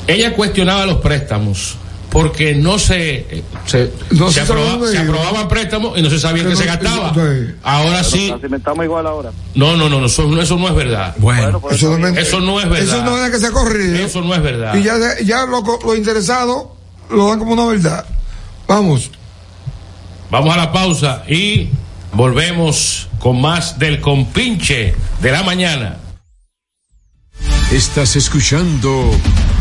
Speaker 3: Ella cuestionaba los préstamos porque no se eh, se,
Speaker 2: No
Speaker 3: se
Speaker 2: se
Speaker 3: aproba-
Speaker 2: sabía dónde
Speaker 3: se
Speaker 2: iba.
Speaker 3: aprobaban préstamos y no se sabía en
Speaker 2: Que
Speaker 3: qué se
Speaker 2: no-
Speaker 3: gastaba.
Speaker 2: sí.
Speaker 3: Ahora
Speaker 6: Pero
Speaker 3: sí.
Speaker 6: casi me estamos igual ahora.
Speaker 3: No, no, no, no, eso, no- eso no es verdad.
Speaker 7: Bueno,
Speaker 6: pues,
Speaker 2: Eso,
Speaker 6: está bien.
Speaker 2: me-
Speaker 3: Eso no es verdad.
Speaker 2: Eso no es que se ha corrido.
Speaker 3: Eso no es verdad.
Speaker 2: Y ya, se- ya lo, co- lo interesado lo dan como una verdad. Vamos.
Speaker 3: Vamos a la pausa y volvemos con más del compinche de la mañana.
Speaker 8: Estás escuchando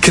Speaker 9: Que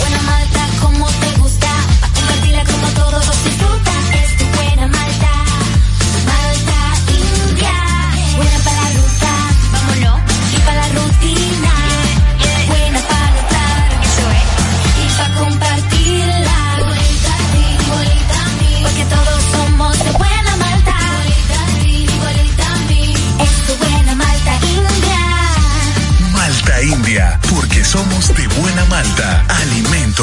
Speaker 10: buena malta como te gusta, pa' compartirla como todos los disfrutan. Es de buena malta, malta india. Buena para la ruta, vámonos, y para la rutina. Buena para notar, eso es. Y para compartirla, igualita a ti, igualita a mí. Porque todos somos de buena malta, igualita a ti, igualita a mí. Es de buena malta india.
Speaker 9: Malta India, porque somos de buena malta, alimento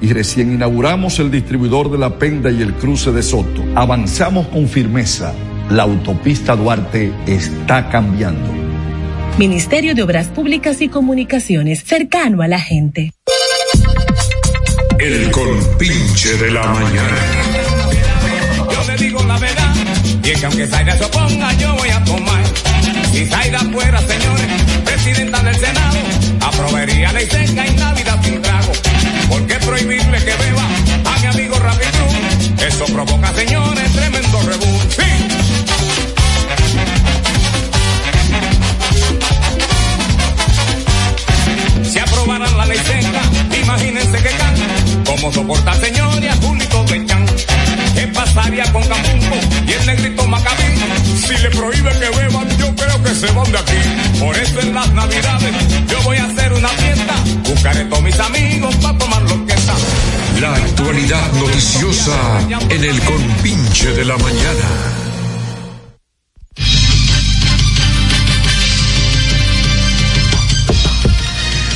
Speaker 11: y recién inauguramos el distribuidor de La Penda y el cruce de Soto. Avanzamos con firmeza. La autopista Duarte está cambiando.
Speaker 12: Ministerio de Obras Públicas y Comunicaciones, cercano a la gente.
Speaker 8: El compinche de la mañana.
Speaker 13: Yo le digo la verdad, y es que aunque Zaida se oponga, yo voy a tomar. Si Zaida fuera, señores, presidenta del Senado, aprobaría ley seca y Navidad sin trago. ¿Por qué prohibirle que beba a mi amigo Rapid Cruz? Eso provoca, señores, tremendo rebú. ¡Sí! Si aprobaran la ley seca, imagínense que canta. ¿Cómo soporta, señores, a Julito de Chan? ¿Qué pasaría con Campo y el negrito Macabí? Si le prohíben que beban, yo creo que se van de aquí. Por eso en las navidades yo voy a hacer una fiesta. Buscaré todos mis amigos para tomar lo que está.
Speaker 8: La actualidad noticiosa en el compinche de la mañana.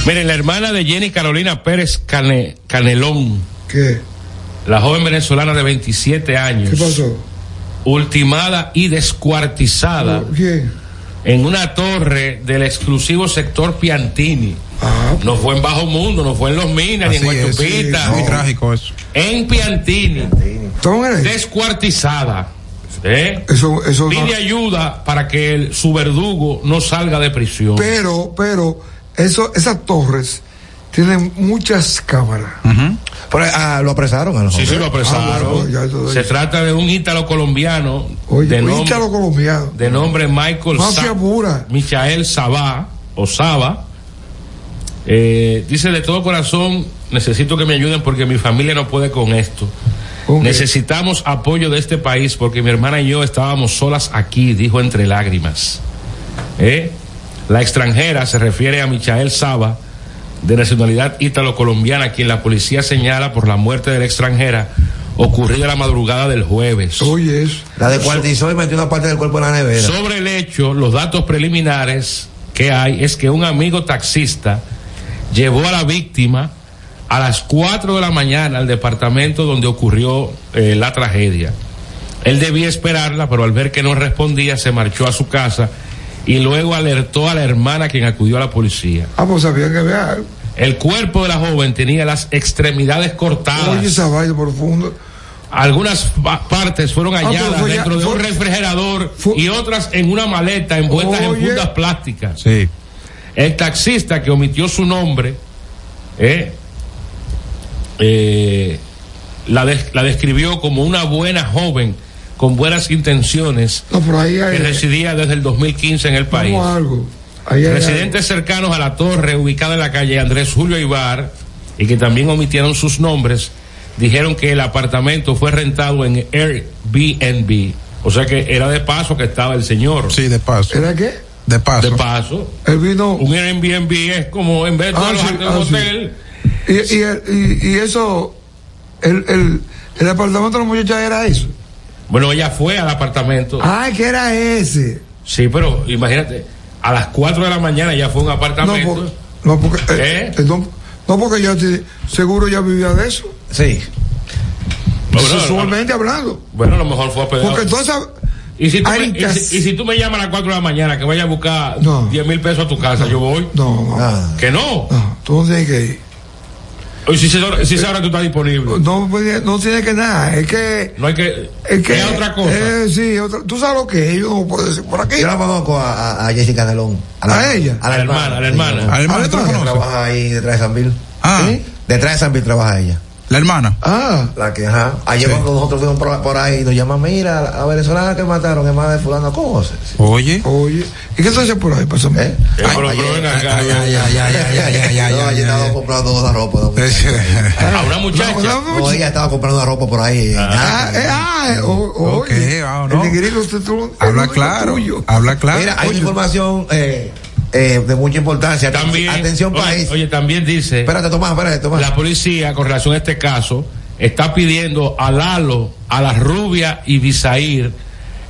Speaker 3: Miren, la hermana de Jenny Carolina Pérez Cane- Canelón.
Speaker 2: ¿Qué?
Speaker 3: La joven venezolana de 27 años.
Speaker 2: ¿Qué pasó?
Speaker 3: Ultimada y descuartizada. En una torre del exclusivo sector Piantini. No fue en Bajo Mundo, no fue en Los Minas, ni en
Speaker 1: Así es,
Speaker 3: Guachupita.
Speaker 1: sí, es muy trágico eso.
Speaker 3: En Piantini. Descuartizada. ¿eh? Pide ayuda para que el- su verdugo no salga de prisión.
Speaker 2: Pero, pero, eso, esas torres tienen muchas cámaras. Ah,
Speaker 4: Pero, ah, lo apresaron a los
Speaker 3: Sí, sí,
Speaker 4: hombres. Ah,
Speaker 3: lo apresaron. Se trata de un ítalo colombiano de,
Speaker 2: un
Speaker 3: nombre,
Speaker 2: ítalo colombiano.
Speaker 3: de nombre Michael
Speaker 2: Mafia
Speaker 3: Sa-
Speaker 2: pura.
Speaker 3: Michael Sabá o Saba. Eh, dice de todo corazón, necesito que me ayuden porque mi familia no puede con esto. Necesitamos apoyo de este país porque mi hermana y yo estábamos solas aquí, dijo entre lágrimas. ¿Eh? La extranjera se refiere a Michael Saba, de nacionalidad ítalo-colombiana, quien la policía señala por la muerte de la extranjera ocurrida la madrugada del jueves.
Speaker 2: Oye, es.
Speaker 4: La descuartizó y metió una parte del cuerpo en la nevera.
Speaker 3: Sobre el hecho, los datos preliminares que hay es que un amigo taxista llevó a la víctima a las 4 de la mañana al departamento donde ocurrió eh, la tragedia. Él debía esperarla, pero al ver que no respondía, se marchó a su casa y luego alertó a la hermana quien acudió a la policía.
Speaker 2: Ah, pues sabían que había algo.
Speaker 3: El cuerpo de la joven tenía las extremidades cortadas.
Speaker 2: Oye, esa vaina profunda.
Speaker 3: Algunas pa- partes fueron
Speaker 2: Ah, pero
Speaker 3: halladas
Speaker 2: fue ya-
Speaker 3: dentro de un
Speaker 2: fue-
Speaker 3: refrigerador y otras en una maleta envueltas en
Speaker 2: Oye.
Speaker 3: fundas plásticas. El taxista que omitió su nombre eh, eh, la, des- la describió como una buena joven con buenas intenciones
Speaker 2: No, pero ahí hay-
Speaker 3: que residía desde el 2015 en el país.
Speaker 2: Vamos a algo. Ahí hay
Speaker 3: Residentes cercanos a la torre ubicada en la calle Andrés Julio Ibar y que también omitieron sus nombres, dijeron que el apartamento fue rentado en Airbnb. O sea que era de paso que estaba el señor.
Speaker 1: Sí, de paso.
Speaker 2: ¿Era qué?
Speaker 1: De paso.
Speaker 3: De paso.
Speaker 2: Él vino.
Speaker 3: Un Airbnb es como en vez de
Speaker 2: Ah, sí,
Speaker 3: alojarte en
Speaker 2: ah,
Speaker 3: un
Speaker 2: sí.
Speaker 3: hotel.
Speaker 2: Y, y, y- y eso, el, el, el apartamento de la muchacha era eso.
Speaker 3: Bueno, ella fue al apartamento.
Speaker 2: Ay, que era ese.
Speaker 3: Sí, pero imagínate, a las 4 de la mañana ya fue a un apartamento.
Speaker 2: No, porque, eh, eh, no, no, porque yo te- seguro ya vivía de eso.
Speaker 4: Sí.
Speaker 3: Bueno,
Speaker 2: Sexualmente hablando.
Speaker 3: Bueno, a lo mejor fue a pedir.
Speaker 2: Porque toda esa-
Speaker 3: Y si, tú me,
Speaker 2: Ay,
Speaker 3: y si- y si tú me llamas a las 4 de la mañana que vaya a buscar 10 mil pesos a tu casa, yo voy.
Speaker 2: No,
Speaker 3: Que no.
Speaker 2: tú no tienes que ir.
Speaker 3: Y si, se- si esa hora tú estás disponible.
Speaker 2: No, podía- no tiene que nada. Es que.
Speaker 3: No hay que.
Speaker 2: Es que.
Speaker 4: es otra cosa.
Speaker 2: eh, sí, otra- tú sabes lo que es. Yo no puedo decir por aquí.
Speaker 4: Yo la conozco a, a, a Jessica Nelón. ¿A, ella? A la hermana.
Speaker 3: a la hermana.
Speaker 4: A la hermana. Trabaja ahí detrás de San Bill. ¿Sí? Detrás de San Bill trabaja ella.
Speaker 1: La hermana.
Speaker 2: Ah.
Speaker 4: La que, ajá. Ayer
Speaker 1: Sí.
Speaker 4: cuando nosotros fuimos por, por ahí, nos llaman, mira, la venezolana que mataron, es más de fulano, ¿cómo se?
Speaker 1: Oye.
Speaker 2: Oye. Eh, ¿Y qué se hace por ahí?
Speaker 4: Eh,
Speaker 2: Pásame.
Speaker 4: No, ayer estaba comprando una ropa. una muchacha.
Speaker 3: Ah, una muchacha.
Speaker 4: No, ella estaba comprando una ropa por ahí.
Speaker 2: Ah, eh, ah, eh, o- o-
Speaker 1: Ok,
Speaker 2: oye,
Speaker 1: ah, no.
Speaker 2: el negrito usted tú-
Speaker 1: Habla claro. Habla claro.
Speaker 4: Mira, hay una información eh, eh, de mucha importancia. Aten-
Speaker 3: También,
Speaker 4: Atención,
Speaker 3: oye,
Speaker 4: país.
Speaker 3: Oye, también dice.
Speaker 4: Espérate, Tomás, espérate, Tomás.
Speaker 3: La policía, con relación a este caso, está pidiendo a Lalo, a la rubia y Bisair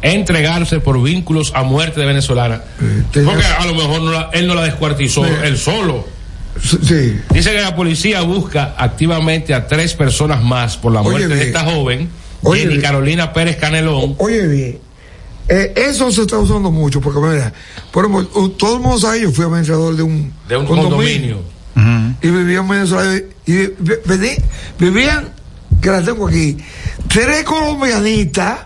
Speaker 3: entregarse por vínculos a muerte de venezolana. Porque a lo mejor no la- él no la descuartizó, él solo.
Speaker 2: Sí.
Speaker 3: Dice que la policía busca activamente a tres personas más por la muerte de
Speaker 2: bien.
Speaker 3: esta joven,
Speaker 2: Oye,
Speaker 3: Jenny
Speaker 2: bien.
Speaker 3: Carolina Pérez Canelón.
Speaker 2: Oye bien, eh, eso se está usando mucho, porque mira, por ejemplo, u- todo el mundo sabe, yo fui administrador de un,
Speaker 3: De un condominio.
Speaker 2: y vivía en Venezuela, y vi- vi- vení- vivían, que las tengo aquí, tres colombianitas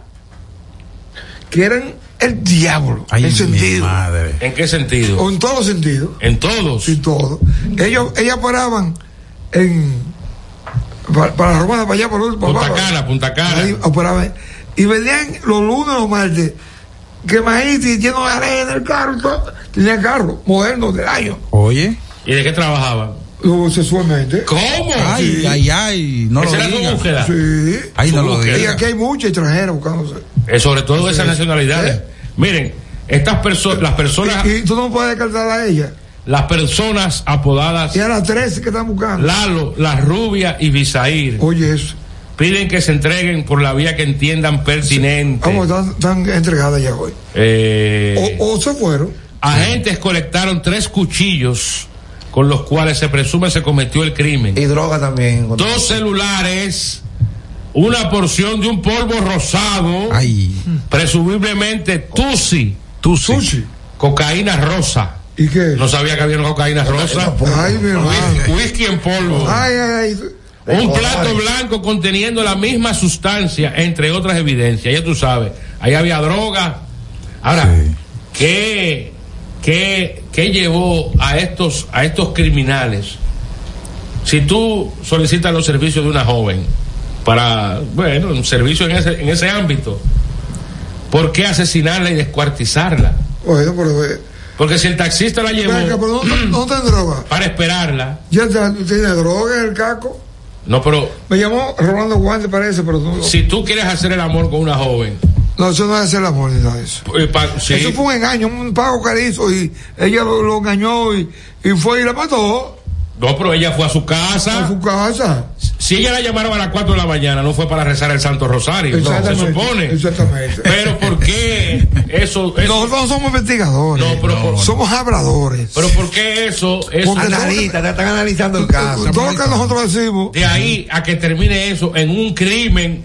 Speaker 2: que eran el diablo,
Speaker 3: Ay,
Speaker 2: en
Speaker 3: mi
Speaker 2: sentido,
Speaker 3: ¿En qué sentido?
Speaker 2: o en todos los sentidos.
Speaker 3: En todos.
Speaker 2: Sí, todo. Ellos, ellas paraban en para, para Roma para allá, por
Speaker 3: Punta Cana, Punta Cana.
Speaker 2: operaban. Y venían los lunes o los martes, que maíz lleno de arena el carro, y todo. tenía carro moderno del año.
Speaker 1: Oye.
Speaker 3: ¿Y de qué trabajaban?
Speaker 2: Lo- sexualmente.
Speaker 3: ¿Cómo?
Speaker 1: Ay,
Speaker 2: Sí.
Speaker 1: ay, ay. No lo
Speaker 3: Esa era su
Speaker 1: digas.
Speaker 3: búsqueda.
Speaker 2: Sí.
Speaker 1: Ay, no lo
Speaker 3: búsqueda.
Speaker 2: Y aquí hay muchos extranjeros buscándose.
Speaker 3: Eh, sobre todo de esas
Speaker 2: Sí.
Speaker 3: nacionalidades. Miren, estas personas, las personas,
Speaker 2: ¿Eh? Y, y tú no puedes descartar a ella.
Speaker 3: las personas apodadas
Speaker 2: Y a las 13 que están buscando.
Speaker 3: Lalo, La Rubia y Bisair.
Speaker 2: Oye, eso.
Speaker 3: Piden que se entreguen por la vía que entiendan pertinente.
Speaker 2: Vamos, están, están entregadas ya hoy.
Speaker 3: Eh,
Speaker 2: O se fueron.
Speaker 3: agentes colectaron tres cuchillos con los cuales se presume se cometió el crimen.
Speaker 4: Y droga también.
Speaker 3: Dos celulares, una porción de un polvo rosado, presumiblemente tusi, cocaína rosa.
Speaker 2: ¿Y qué?
Speaker 3: No sabía que había una cocaína rosa.
Speaker 2: Ay, mi hermano.
Speaker 3: Whisky en polvo.
Speaker 2: Ay, ay, ay.
Speaker 3: Un plato blanco conteniendo la misma sustancia, entre otras evidencias. Ya tú sabes, ahí había droga. Ahora, ¿qué, qué, qué llevó a estos, a estos criminales? Si tú solicitas los servicios de una joven para, bueno, un servicio en ese, en ese ámbito, ¿por qué asesinarla y descuartizarla?
Speaker 2: Bueno, pero. eh,
Speaker 3: Porque si el taxista la llevó
Speaker 2: Venga, pero no, no está en droga.
Speaker 3: para esperarla,
Speaker 2: Ya está- tiene droga en el caco.
Speaker 3: no, pero
Speaker 2: Me llamó Rolando Guante, parece, pero no.
Speaker 3: si tú quieres hacer el amor con una joven,
Speaker 2: No, eso no es hacer la moneda, eso.
Speaker 3: eh, pa- sí,
Speaker 2: Eso fue un engaño, un pago carizo y ella lo, lo engañó y, y fue y la mató
Speaker 3: No, pero ella fue a su casa.
Speaker 2: a su casa.
Speaker 3: Si ella la llamaron a las 4 de la mañana, no fue para rezar el Santo Rosario. no, se
Speaker 2: Exactamente,
Speaker 3: supone.
Speaker 2: Exactamente.
Speaker 3: Pero ¿por qué eso? eso-
Speaker 2: Nosotros no somos investigadores.
Speaker 3: No, pero por-
Speaker 2: somos habladores.
Speaker 3: pero ¿por qué eso? eso
Speaker 2: Porque Analista,
Speaker 4: te están analizando el
Speaker 2: caso. Todo lo que nosotros decimos
Speaker 3: de ahí a que termine eso en un crimen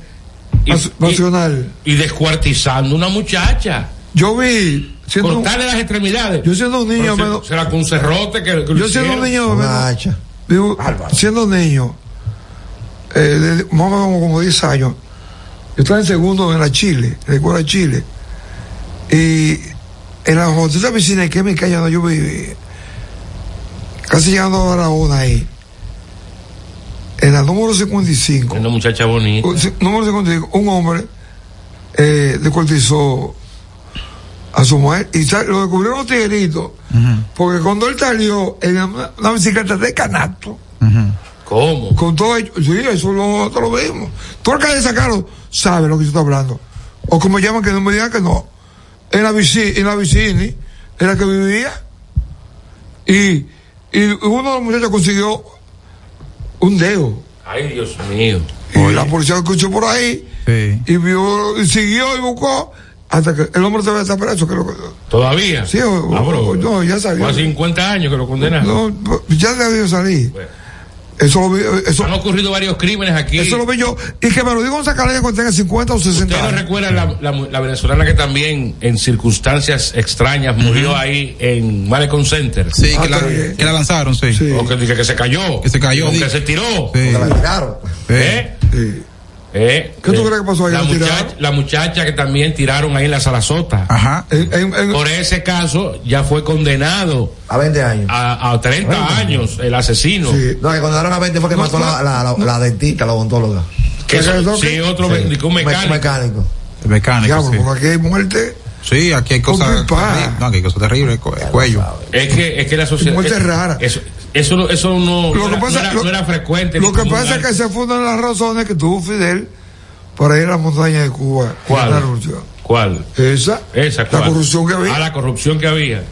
Speaker 3: y,
Speaker 2: pas- pasional.
Speaker 3: y- y descuartizando una muchacha.
Speaker 2: Yo vi. siendo un-
Speaker 3: Cortarle las extremidades.
Speaker 2: Yo siendo un niño,
Speaker 3: Pero se-
Speaker 2: menos-
Speaker 3: será con un cerrote que, que lo
Speaker 2: Yo siendo
Speaker 3: hicieron.
Speaker 2: un niño, menos- digo, siendo niño, eh, de- más o menos como, como 10 años, yo estaba en segundo en la Chile, en la escuela de Chile, y en la otra piscina química ya no yo viví, casi llegando a la una ahí, en la número 55,
Speaker 3: Una muchacha bonita.
Speaker 2: un- número 55, un hombre eh, descuartizó a su mujer y sa- lo descubrieron los tigueritos. Porque cuando él salió en una, una bicicleta de canasto,
Speaker 3: ¿Cómo?
Speaker 2: con todo ello, sí, eso lo- nosotros lo vimos. Tú acá de sacarlo, sabe lo que yo estoy hablando. O como llaman que no me digan que no. En la bici, en la vicini, en la que vivía. Y, y uno de los muchachos consiguió un dedo.
Speaker 3: Ay, Dios mío.
Speaker 2: Y la policía lo escuchó por ahí y vio, y siguió y buscó hasta que el hombre todavía está preso, creo que.
Speaker 3: ¿Todavía?
Speaker 2: Sí, o-
Speaker 3: Ah, pero-
Speaker 2: o- no, ya sabía.
Speaker 3: Fue hace 50 años que lo condenaron.
Speaker 2: No, pues, ya le había salido. Eso lo vi, eh, eso,
Speaker 3: Han ocurrido varios crímenes aquí.
Speaker 2: eso lo vi yo. Y que me lo digo un sacalaya cuando tenga 50 o 60
Speaker 3: ¿Ustedes no
Speaker 2: años.
Speaker 3: recuerdan la, la- la venezolana que también en circunstancias extrañas murió ahí en Malecon Center?
Speaker 1: Sí,
Speaker 2: Ah,
Speaker 1: que, la, que la lanzaron, sí.
Speaker 3: O que, que- que se cayó.
Speaker 1: Que se cayó,
Speaker 3: O
Speaker 1: sí.
Speaker 3: que se tiró.
Speaker 1: Sí.
Speaker 4: Porque la tiraron.
Speaker 1: Sí.
Speaker 3: ¿Eh? Eh,
Speaker 2: ¿Qué tú
Speaker 3: eh,
Speaker 2: crees que pasó ahí?
Speaker 3: La
Speaker 2: ¿La tiraron?
Speaker 3: muchacha, la muchacha que también tiraron ahí en la Sarasota.
Speaker 1: Ajá.
Speaker 3: Por ese caso ya fue condenado.
Speaker 4: A 20 años.
Speaker 3: A, a 30 años el asesino.
Speaker 4: No, que condenaron a 20 fue que mató la, la, la, la dentista, la odontóloga.
Speaker 3: Que eso- sí, otro me- un
Speaker 4: Me-
Speaker 3: mecánico.
Speaker 4: mecánico.
Speaker 1: Mecánico.
Speaker 4: Diablo,
Speaker 1: sí.
Speaker 2: porque aquí hay muerte.
Speaker 1: Sí, aquí hay cosas. terribles. No, aquí hay cosas terribles. cu- Cuello.
Speaker 3: Es que, es que la sociedad.
Speaker 1: Muerte
Speaker 3: es-
Speaker 1: rara.
Speaker 3: Eso, eso, no- eso no,
Speaker 2: Lo que
Speaker 3: no era,
Speaker 2: pasa-
Speaker 3: no era-
Speaker 2: lo-
Speaker 3: no era frecuente.
Speaker 2: Lo
Speaker 3: en
Speaker 2: que
Speaker 3: ningún
Speaker 2: pasa es
Speaker 3: lugar.
Speaker 2: que se fundan las razones que tuvo Fidel para ir a las montañas de Cuba.
Speaker 3: ¿Cuál?
Speaker 2: La revolución.
Speaker 3: ¿Cuál?
Speaker 2: Esa.
Speaker 3: Esa, ¿cuál?
Speaker 4: corrupción que había.
Speaker 3: Ah, la corrupción que había.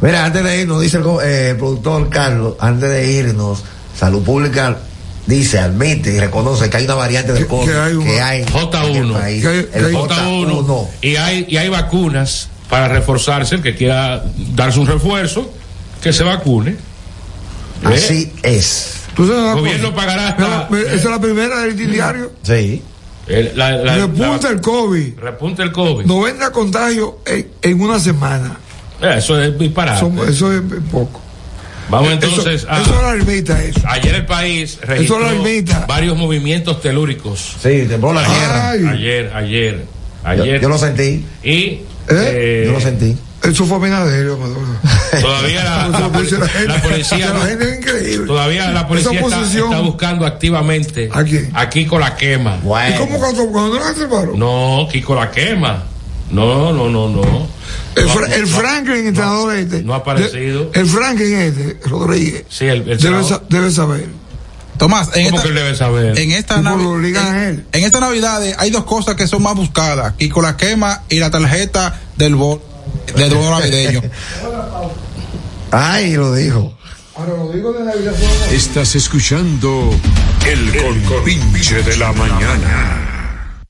Speaker 4: Mira, antes de irnos, dice el, co- eh, el productor Carlos, antes de irnos, Salud Pública dice, admite y reconoce que hay una variante del COVID que hay, en el
Speaker 3: J1.
Speaker 4: país. El
Speaker 3: J1. Y hay, y hay vacunas para reforzarse. El que quiera darse un refuerzo, que se vacune. ¿Eh?
Speaker 4: Así es.
Speaker 2: ¿Tú sabes una
Speaker 3: El gobierno
Speaker 2: cosa?
Speaker 3: pagará hasta.
Speaker 2: Mira, Esa es la primera del diario.
Speaker 4: Sí.
Speaker 3: El, la, la-
Speaker 2: Repunta
Speaker 3: la-
Speaker 2: el COVID.
Speaker 3: Repunta el COVID.
Speaker 2: 90 contagios en, en una semana.
Speaker 3: Eh, Eso es disparate.
Speaker 2: Son- eso es poco.
Speaker 3: Vamos
Speaker 2: Eso-
Speaker 3: entonces a.
Speaker 2: Eso es la ermita, eso.
Speaker 3: Ayer el país
Speaker 2: Eso lo
Speaker 3: registró
Speaker 2: invita.
Speaker 3: varios movimientos telúricos.
Speaker 4: Sí, tembló la
Speaker 3: tierra. Ayer, ayer, ayer.
Speaker 4: Yo, yo lo sentí.
Speaker 3: Y
Speaker 4: ¿Eh? Yo lo sentí.
Speaker 2: Eso fue Abinader, Maduro.
Speaker 3: todavía la, la- la policía.
Speaker 2: La gente es increíble.
Speaker 3: Todavía la
Speaker 2: Esa
Speaker 3: policía está,
Speaker 2: oposición.
Speaker 3: está buscando activamente aquí con la quema.
Speaker 2: ¿Y cómo cuando, cuando no atraparon?
Speaker 3: No, Kiko la quema. No, no, no, no.
Speaker 2: El,
Speaker 3: No,
Speaker 2: Fra- el
Speaker 3: no,
Speaker 2: Franklin, entrenador este.
Speaker 3: No ha aparecido.
Speaker 2: El Franklin este, Rodríguez.
Speaker 3: Sí, el, el
Speaker 2: debe,
Speaker 3: sábado.
Speaker 2: sa- debe saber.
Speaker 1: Tomás, en
Speaker 3: ¿Cómo
Speaker 1: esta-
Speaker 3: que él debe saber?
Speaker 1: En esta
Speaker 2: Como
Speaker 1: navi-
Speaker 2: lo obligan a
Speaker 1: en,
Speaker 2: él.
Speaker 1: en esta Navidades hay dos cosas que son más buscadas, y con la quema y la tarjeta del bo- del bono navideño.
Speaker 4: Ay, lo dijo.
Speaker 8: Estás escuchando El Compinche de la Mañana.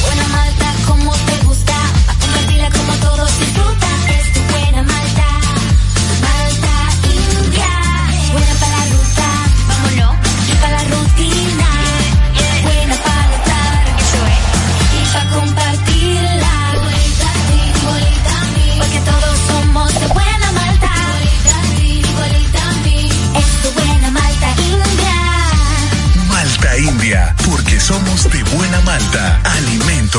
Speaker 10: buena malta como te gusta, pa' compartirla como todos disfrutan. Es tu buena malta, malta india. Buena para la ruta, vámonos. Y para la rutina, buena para notar. Eso es. Y para compartirla. Igualita a ti, igualita a mí. Porque todos somos de buena malta. Igualita a ti, igualita a mí. Es tu buena malta india.
Speaker 14: Malta India, porque somos de buena malta, alimento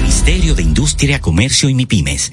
Speaker 15: Ministerio de Industria, Comercio y MIPIMES.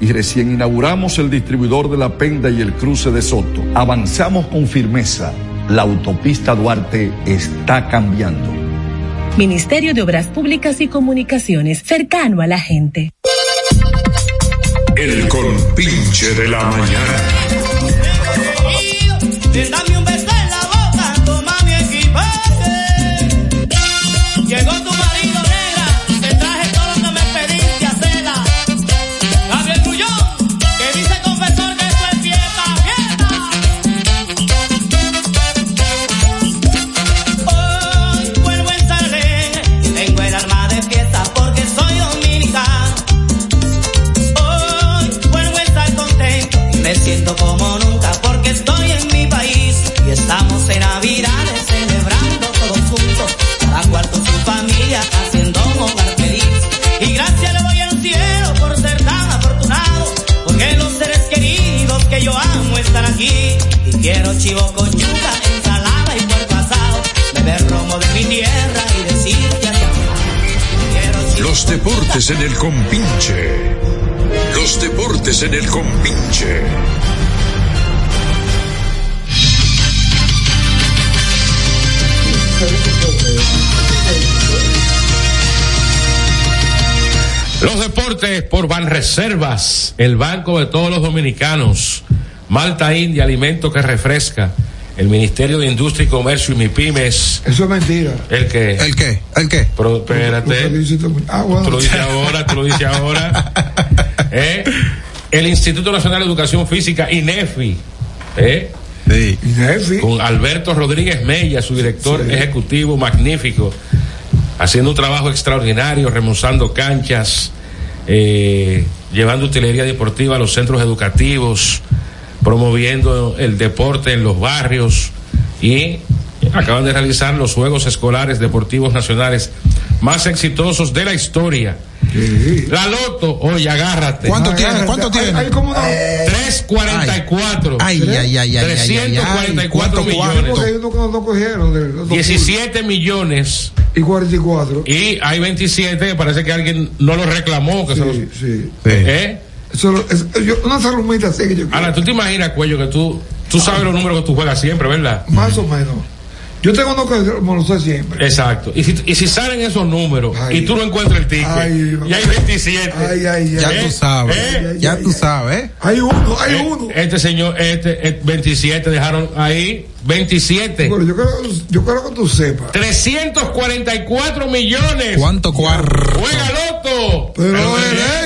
Speaker 11: y recién inauguramos el distribuidor de la Penda y el cruce de Soto. Avanzamos con firmeza. La autopista Duarte está cambiando.
Speaker 12: Ministerio de Obras Públicas y Comunicaciones, cercano a la gente.
Speaker 8: El Compinche de la Mañana.
Speaker 16: Dame un beso en la boca, toma mi equipaje. Llegó tu marido negra, te traje todo lo que me pediste hacela. Gabriel Grullón, que dice el confesor que esto es fiesta, fiesta. Hoy vuelvo en Salé, tengo el arma de fiesta porque soy dominicano. Hoy vuelvo chivo con yuca, ensalada y puerco asado. Beber romo de mi tierra y decirte adiós.
Speaker 8: Los deportes en el compinche. Los deportes en el compinche.
Speaker 3: Los deportes por Banreservas, el banco de todos los dominicanos. Malta India, alimento que refresca. El Ministerio de Industria y Comercio y MIPIMES.
Speaker 2: Eso es mentira.
Speaker 3: ¿El qué? ¿El
Speaker 1: qué? ¿El qué?
Speaker 3: Pero espérate.
Speaker 2: Ah,
Speaker 3: Tú lo dices ahora, tú lo dices ahora. ¿Eh? El Instituto Nacional de Educación Física, INEFI. ¿eh? Con Alberto Rodríguez Mella, su director ejecutivo magnífico, haciendo un trabajo extraordinario, remozando canchas, eh, llevando utilería deportiva a los centros educativos, promoviendo el deporte en los barrios y acaban de realizar los Juegos Escolares Deportivos Nacionales más exitosos de la historia. La Loto, oye, agárrate.
Speaker 1: ¿Cuánto tiene? ¿Cuánto tiene?
Speaker 3: 344.
Speaker 1: Ay, ay, ay, ay, ay, ay, ay.
Speaker 3: 344
Speaker 1: ¿Cuánto,
Speaker 3: millones.
Speaker 2: Porque hay uno que no lo cogieron. de- los dos
Speaker 3: 17 millones.
Speaker 2: Y 44.
Speaker 3: Y hay 27 que parece que alguien no lo reclamó. Que se los- ¿Eh?
Speaker 2: una salumita así que yo
Speaker 3: Ahora, tú te imaginas, cuello, que tú, tú sabes los números que tú juegas siempre, ¿verdad?
Speaker 2: Más o menos. Yo tengo uno que me lo sé siempre.
Speaker 3: Exacto. Y si, y si salen esos números y tú no encuentras el ticket, y hay 27.
Speaker 1: Ya
Speaker 3: ¿eh?
Speaker 1: tú sabes.
Speaker 3: ¿eh?
Speaker 1: ya tú sabes. ¿eh?
Speaker 2: Hay uno, hay
Speaker 3: uno. Este señor, este, eh, 27 dejaron ahí, 27.
Speaker 2: yo creo, yo creo que tú sepas.
Speaker 3: 344 millones.
Speaker 1: ¿Cuánto cuarto?
Speaker 3: ¡Juega Loto!
Speaker 2: Pero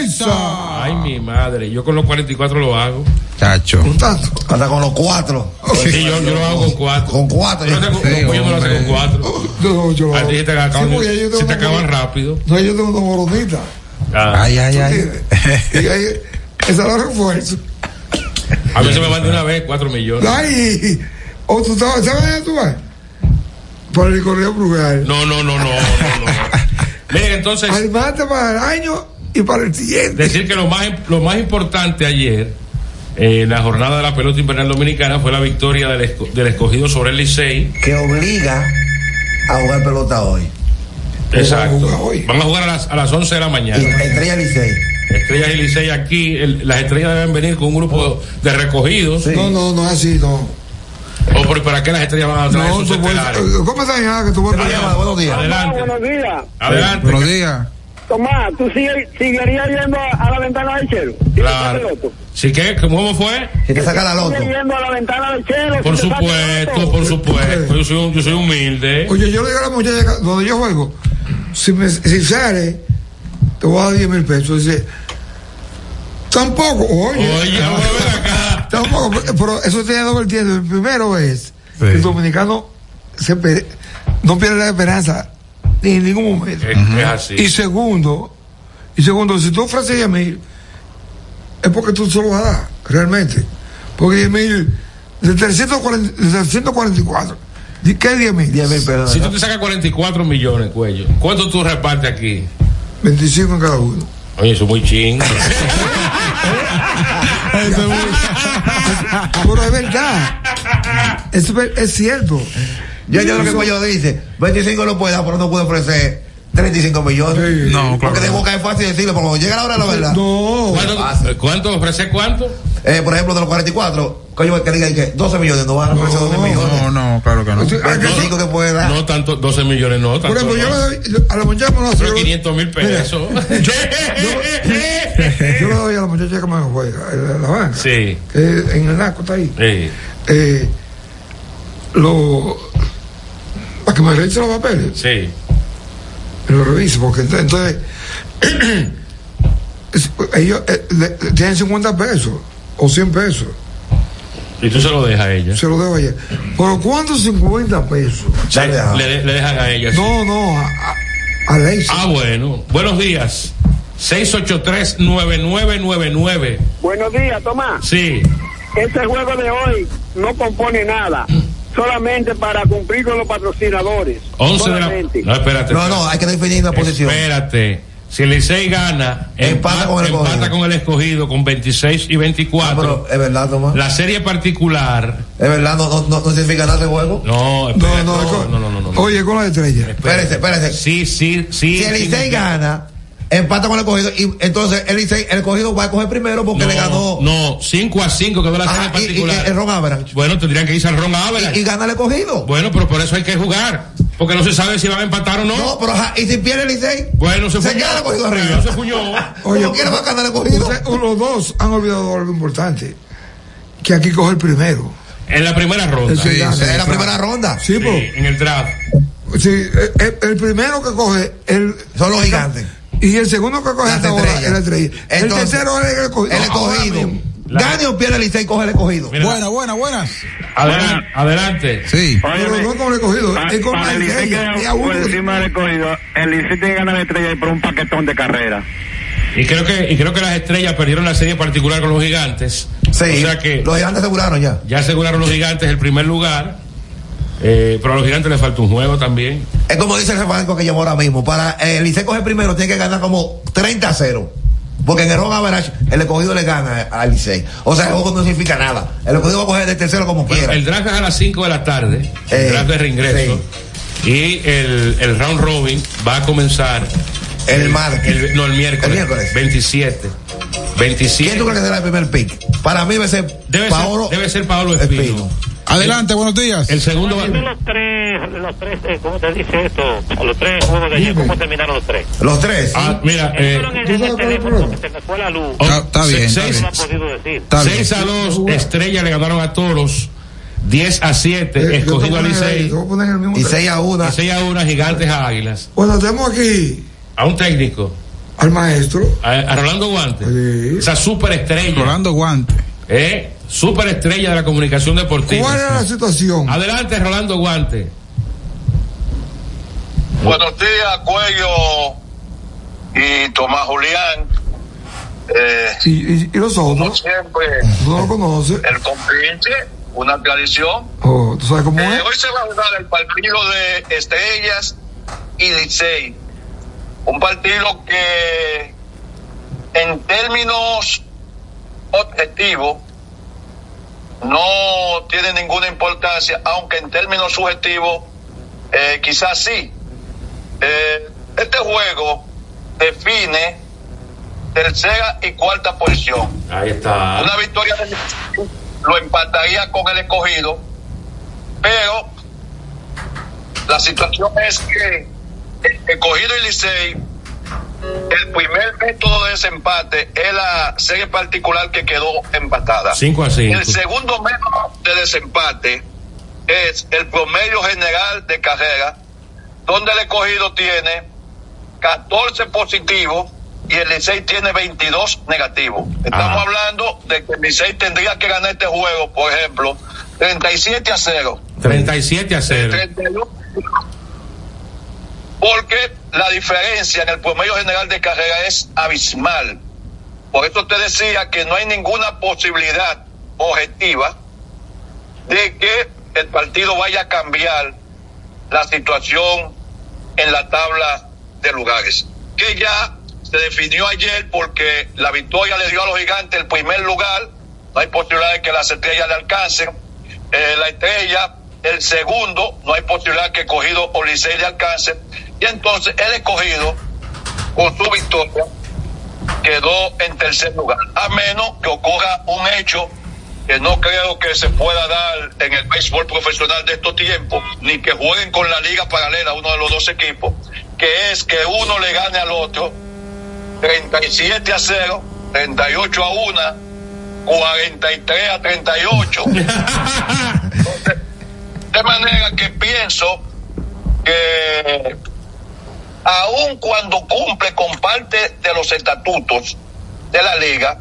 Speaker 3: esa. Ay, mi madre, yo con los 44 lo hago. Pues
Speaker 1: Chacho.
Speaker 4: Hasta con los cuatro.
Speaker 3: Sí, yo, yo lo hago con 4.
Speaker 4: Con cuatro.
Speaker 3: Yo no, tengo- no, pues yo no lo hago con 4.
Speaker 2: No, yo lo
Speaker 3: A ti se te acaban,
Speaker 2: Sí, porque yo
Speaker 3: se
Speaker 2: tengo
Speaker 3: te acaban
Speaker 2: como-
Speaker 3: rápido.
Speaker 2: No, yo tengo una boronita.
Speaker 1: Ay, ay, ay.
Speaker 2: Y ahí, esa la refuerzo.
Speaker 3: A mí se me manda una vez 4 millones.
Speaker 2: Ay, o tú sabes, ¿sabes dónde tú vas? Por el correo Brugal.
Speaker 3: No, no, no, no, no, no. Mira, entonces.
Speaker 2: Al mate para el año y para el siguiente.
Speaker 3: Decir que lo más, lo más importante ayer, eh, en la jornada de la pelota invernal dominicana, fue la victoria del, esco- del escogido sobre el Licey.
Speaker 4: Que obliga a jugar pelota hoy.
Speaker 3: Exacto. Van a jugar a las, a las 11 de la mañana.
Speaker 4: Estrella Licey.
Speaker 3: Estrellas y Licey aquí, el- las estrellas deben venir con un grupo de recogidos.
Speaker 2: No, no, no es así, no.
Speaker 3: ¿O por, para qué las estrellas van a traer
Speaker 2: No,
Speaker 3: sus
Speaker 2: tú puedes-
Speaker 3: estelares?
Speaker 2: ¿Cómo estás, hija, que tú vas a
Speaker 3: Adelante, Adelante.
Speaker 6: Buenos días.
Speaker 3: Adelante.
Speaker 1: Buenos días.
Speaker 6: Tomás, ¿tú sigue- seguirías yendo a la ventana del chelo?
Speaker 3: Claro. ¿Sí que? ¿Cómo fue?
Speaker 6: ¿Sigue yendo a la ventana del chelo?
Speaker 3: Por
Speaker 6: ¿Sí te saca la
Speaker 3: supuesto,
Speaker 6: loto?
Speaker 3: por supuesto. Yo soy, un- yo soy humilde.
Speaker 2: Oye, yo le digo a la muchacha donde yo juego, si, me, si sale, te voy a dar 10 mil pesos. Dice, tampoco, oye. Tampoco, pero- pero eso tiene doble tiempo. El primero es que el dominicano se pe- no pierde la esperanza ni en ningún momento.
Speaker 3: Es- es así.
Speaker 2: ¿Eh? Y segundo, y segundo, si tú ofreces 10 mil, es porque tú solo vas a dar, realmente. Porque 10 mil, de 340 de 344, ¿di- ¿qué es 10 mil? 10 mil
Speaker 3: Si tú te sacas 44 millones, cuello, ¿cuánto tú repartes aquí?
Speaker 2: 25 en cada uno.
Speaker 3: Oye, eso es muy chingo.
Speaker 2: Pero es verdad. Es, ver- es cierto.
Speaker 4: Yo entiendo lo que Cuello dice. 25 lo puede dar, pero no puede ofrecer 35 millones.
Speaker 1: No, claro.
Speaker 4: Porque de boca es fácil decirlo, pero cuando llega la hora de la verdad. Ah,
Speaker 2: No.
Speaker 3: ¿Cuánto, cuánto ofrece cuánto?
Speaker 4: Eh, por ejemplo, de los 44, Cuello que diga que 12 millones no van a ofrecer 12 millones.
Speaker 1: No, no, claro que no.
Speaker 4: 25 que puede dar.
Speaker 3: No tanto, 12 millones no. Tanto,
Speaker 2: Por ejemplo, yo
Speaker 3: no.
Speaker 2: le doy, yo- a la muchacha no
Speaker 3: Pero 500 mil pesos.
Speaker 2: Yo le doy a la muchacha que me juega, en la, la banca.
Speaker 3: Sí.
Speaker 2: que en el naco está ahí.
Speaker 3: Sí.
Speaker 2: Eh, lo, para que me revise los papeles.
Speaker 3: Sí.
Speaker 2: Lo revise, porque ent- entonces. es- ellos eh, le- le tienen 50 pesos o 100 pesos.
Speaker 3: Y tú se lo dejas a ella.
Speaker 2: Se lo debo ayer. ¿Pero cuántos 50 pesos?
Speaker 3: Le, le de- le dejan a ella. sí.
Speaker 2: No, no, a, a- a Leipzig.
Speaker 3: Ah, bueno. Buenos días. 683-9999.
Speaker 6: Buenos días, Tomás.
Speaker 3: Sí.
Speaker 6: Este juego de hoy no compone nada. Solamente para cumplir con los patrocinadores.
Speaker 3: 11 de la.
Speaker 6: Solamente.
Speaker 3: No, espérate.
Speaker 4: No, no, hay que definir una posición.
Speaker 3: Espérate. Si el Licey gana, empata, empata con, el escogido con 26 y 24.
Speaker 4: Ah, Es verdad, Tomás.
Speaker 3: La serie particular.
Speaker 4: Es verdad, no, no, no, no significa nada ese juego.
Speaker 3: No, espérate, no, no, no, no, no, no.
Speaker 2: Oye, con la estrella.
Speaker 4: Espérese, espérese.
Speaker 3: Sí, sí, sí.
Speaker 4: Si el
Speaker 3: sí,
Speaker 4: Licey gana, empata con el cogido. Y entonces el Licey, el cogido va a coger primero porque
Speaker 3: no,
Speaker 4: le ganó.
Speaker 3: No, 5 a 5 quedó la serie
Speaker 4: Ajá, Ah, y- y,
Speaker 3: particular.
Speaker 4: el Ron Average.
Speaker 3: Bueno, tendrían que irse al Ron Ávila.
Speaker 4: Y, y gana el cogido.
Speaker 3: Bueno, pero por eso hay que jugar. Porque no se sabe si van a empatar o no.
Speaker 4: No, pero ajá, y si pierde el Licey,
Speaker 3: bueno, se,
Speaker 4: se
Speaker 3: fuñó.
Speaker 4: queda el cogido arriba.
Speaker 3: Bueno, se fuñó.
Speaker 2: Oye,
Speaker 4: ¿Cómo quiere más ganar el cogido?
Speaker 2: usted- los dos han olvidado algo importante. Que aquí coge el primero.
Speaker 3: En la primera ronda.
Speaker 2: Sí, sí,
Speaker 4: en la
Speaker 2: claro.
Speaker 4: primera ronda.
Speaker 2: Sí,
Speaker 3: Sí,
Speaker 2: po.
Speaker 3: en el draft.
Speaker 2: Sí, eh, el, el primero que coge el,
Speaker 4: Son los gigantes.
Speaker 2: y el segundo que coge
Speaker 4: Las
Speaker 2: hasta ahora
Speaker 4: estrellas.
Speaker 2: es la estrella. El
Speaker 4: Entonces,
Speaker 2: tercero es el cogido.
Speaker 4: El escogido. Gane o pierde el Licey, coge el escogido.
Speaker 3: Mira.
Speaker 1: Buenas, buenas, buenas.
Speaker 3: Adelante. adelante.
Speaker 1: Sí.
Speaker 2: Pero los dos con el cogido.
Speaker 6: Ah,
Speaker 2: Es con la estrella. y a uno.
Speaker 6: por encima del escogido, el Licey tiene que ganar la estrella por un paquetón de carrera.
Speaker 3: Y creo que, y creo que las estrellas perdieron la serie particular con los gigantes.
Speaker 4: Sí,
Speaker 3: O sea que
Speaker 4: los gigantes aseguraron ya.
Speaker 3: ya aseguraron los gigantes el primer lugar. eh, pero a los gigantes les falta un juego también.
Speaker 4: Es como dice el Franco que llamó ahora mismo. Para eh, el Licey coger primero, tiene que ganar como 30 a 0. Porque en el Ron Average, el escogido le gana al Licey. O sea, el juego no significa nada. El escogido va a coger del tercero como
Speaker 3: Bueno,
Speaker 4: quiera.
Speaker 3: el draft es a las 5 de la tarde.
Speaker 4: Eh,
Speaker 3: el draft de reingreso. Y el, el round robin va a comenzar.
Speaker 4: El martes.
Speaker 3: el- no, el miércoles.
Speaker 4: El miércoles.
Speaker 3: 27. 27.
Speaker 4: ¿Quién tú crees que será el primer pick? Para mí debe ser
Speaker 3: Debe,
Speaker 4: Paolo
Speaker 3: ser, debe ser Paolo Espino.
Speaker 4: Espino.
Speaker 1: Adelante, buenos días.
Speaker 3: El segundo va-
Speaker 17: Dime los tres, los tres, eh, ¿cómo te dice esto? Los tres juegos de ayer, ¿cómo terminaron los tres?
Speaker 4: Los tres.
Speaker 3: Ah, mira, eh,
Speaker 17: Solo en el en el teléfono porque se me fue la luz.
Speaker 1: Está, está bien, está
Speaker 3: Seis-
Speaker 1: bien.
Speaker 17: No ha podido decir.
Speaker 3: 6 a 2, Estrella le ganaron a Toros. 10 a 7,
Speaker 2: Eh, yo
Speaker 3: Este, escogido
Speaker 2: te
Speaker 3: a
Speaker 2: voy poner ahí,
Speaker 3: Licey.
Speaker 2: te voy a poner en el mismo
Speaker 4: y
Speaker 2: tra-
Speaker 4: 6 a 1.
Speaker 3: 6 a 1, Gigantes a Águilas.
Speaker 2: Bueno, tenemos aquí
Speaker 3: A un técnico,
Speaker 2: al maestro.
Speaker 3: a, a Rolando Guante. Esa superestrella.
Speaker 1: Rolando Guante.
Speaker 3: ¿eh? Superestrella de la comunicación deportiva.
Speaker 2: ¿Cuál era la situación?
Speaker 3: Adelante, Rolando Guante.
Speaker 18: Buenos días, Cuello y Tomás Julián. Eh,
Speaker 2: Y, y- y los
Speaker 18: como
Speaker 2: otros,
Speaker 18: siempre,
Speaker 2: no lo conoce.
Speaker 18: pues, el compinche, una tradición.
Speaker 2: Oh, ¿Tú sabes cómo
Speaker 18: Eh,
Speaker 2: es?
Speaker 18: hoy se va a jugar el partido de Estrellas y Licey. Un partido que, en términos objetivos, no tiene ninguna importancia, aunque en términos subjetivos, eh, quizás sí. Eh, este juego define tercera y cuarta posición.
Speaker 3: Ahí está.
Speaker 18: Una victoria de Licey lo empataría con el escogido, pero la situación es que el escogido y Licey, el primer método de desempate es la serie particular que quedó empatada.
Speaker 3: 5 a 5.
Speaker 18: El segundo método de desempate es el promedio general de carrera, donde el escogido tiene 14 positivos y el Licey tiene 22 negativos. Estamos
Speaker 3: Ah.
Speaker 18: hablando de que el Licey tendría que ganar este juego, por ejemplo, 37 a 0.
Speaker 3: 37 a 0.
Speaker 18: 31. Porque la diferencia en el promedio general de carrera es abismal. Por eso te decía que no hay ninguna posibilidad objetiva de que el partido vaya a cambiar la situación en la tabla de lugares. Que ya se definió ayer porque la victoria le dio a los gigantes el primer lugar. No hay posibilidad de que las estrellas le alcancen. Eh, la estrella, el segundo, no hay posibilidad que cogido o Licey le alcance. Y entonces el escogido, con su victoria, quedó en tercer lugar. A menos que ocurra un hecho que no creo que se pueda dar en el béisbol profesional de estos tiempos, ni que jueguen con la liga paralela uno de los dos equipos, que es que uno le gane al otro 37 a 0, 38 a 1, 43 a 38. Entonces, de manera que pienso que aun cuando cumple con parte de los estatutos de la liga,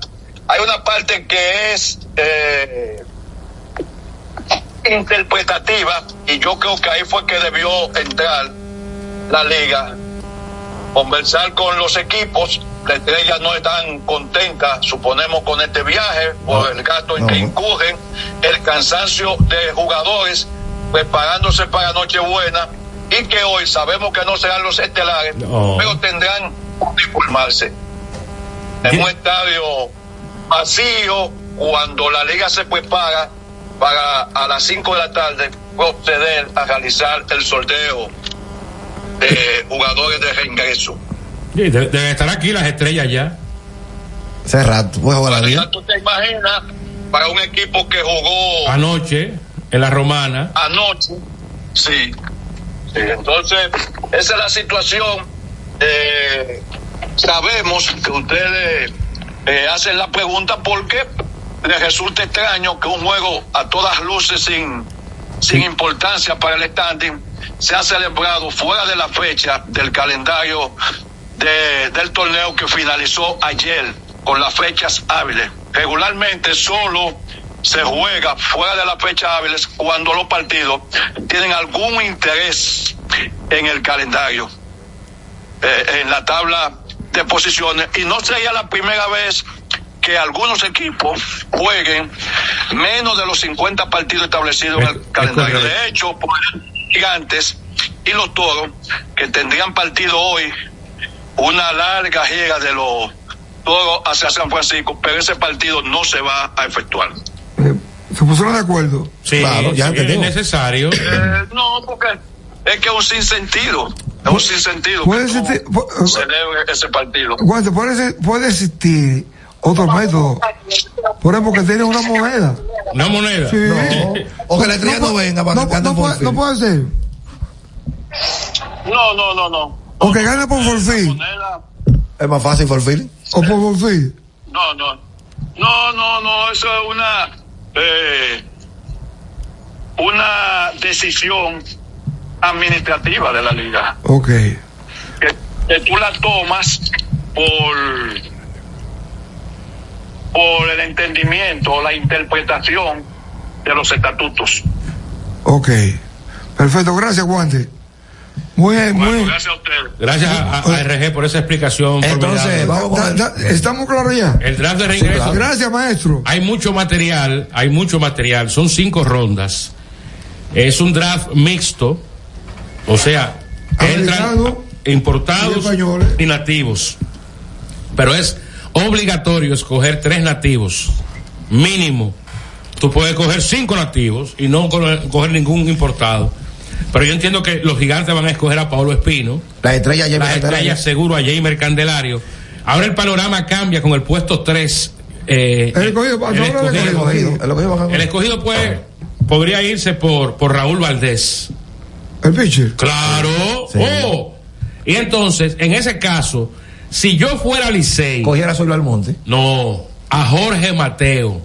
Speaker 18: hay una parte que es eh, interpretativa y yo creo que ahí fue que debió entrar la liga, conversar con los equipos. La estrella no están contenta, suponemos, con este viaje, por el gasto en
Speaker 4: No.
Speaker 18: que incurren, el cansancio de jugadores preparándose para Nochebuena y que hoy sabemos que no serán los estelares,
Speaker 3: No.
Speaker 18: pero tendrán que formarse en un estadio vacío cuando la liga se prepara para a las 5 de la tarde proceder a realizar el sorteo de jugadores de reingreso.
Speaker 3: Sí, de- deben estar aquí las estrellas ya.
Speaker 4: Hace rato, voy a jugar la vida.
Speaker 18: ¿Tú te imaginas para un equipo que jugó
Speaker 3: Anoche, en la romana.
Speaker 18: anoche. Sí. Sí, Entonces, esa es la situación. Eh, sabemos que ustedes eh, hacen la pregunta porque les resulta extraño que un juego a todas luces sin, sin importancia para el standing sea celebrado fuera de la fecha del calendario de- del torneo que finalizó ayer con las fechas hábiles. Regularmente solo se juega fuera de las fechas hábiles cuando los partidos tienen algún interés en el calendario, eh, en la tabla de posiciones. Y no sería la primera vez que algunos equipos jueguen menos de los 50 partidos establecidos en el calendario. De hecho, por ejemplo, gigantes y los toros, que tendrían partido hoy, una larga gira de los toros hacia San Francisco, pero ese partido no se va a efectuar.
Speaker 2: Se pusieron de acuerdo.
Speaker 3: Sí, sí, es necesario.
Speaker 18: Eh, no, porque es que es un sinsentido. Es un sinsentido
Speaker 2: Puede
Speaker 18: que no
Speaker 2: existir-
Speaker 18: celebre ese partido.
Speaker 2: Guante, puede, ser- puede existir otro método. Por ejemplo, que tiene una moneda.
Speaker 3: Una moneda.
Speaker 2: Sí.
Speaker 4: O que la estrella no venga para
Speaker 2: no,
Speaker 4: que
Speaker 2: no puede, no puede ser.
Speaker 18: No, no, no, no.
Speaker 2: O que gane por forfil.
Speaker 4: Es más fácil, Forfil.
Speaker 2: O por forfil.
Speaker 18: No, no. No, no, no. Eso es una. eh, una decisión administrativa de la liga.
Speaker 2: Ok.
Speaker 18: que, que tú la tomas por por el entendimiento o la interpretación de los estatutos.
Speaker 2: Ok. Perfecto. Gracias, Guante. Muy bien, muy bien.
Speaker 18: Gracias a ustedes.
Speaker 3: Gracias a, a RG por esa explicación. formidable.
Speaker 2: Da- da- ¿Estamos claros ya?
Speaker 3: El draft de reingreso.
Speaker 2: Gracias, maestro.
Speaker 3: Hay mucho material, hay mucho material. Son cinco rondas. Es un draft mixto. O sea, entran importados y nativos. Pero es obligatorio escoger tres nativos. Mínimo. Tú puedes coger cinco nativos y no co- coger ningún importado. Pero yo entiendo que los gigantes van a escoger a Pablo Espino.
Speaker 4: Las estrellas Jamer
Speaker 3: Las
Speaker 4: Candelario.
Speaker 3: estrellas seguro a Jamer Candelario. Ahora el panorama cambia con el puesto 3. el escogido, el escogido. El escogido, pues, podría irse por, por Raúl Valdés.
Speaker 2: El pitcher.
Speaker 3: Claro.
Speaker 2: Sí.
Speaker 3: Oh. Y entonces, en ese caso, si yo fuera Licey.
Speaker 4: Cogiera solo al monte.
Speaker 3: No, a Jorge Mateo.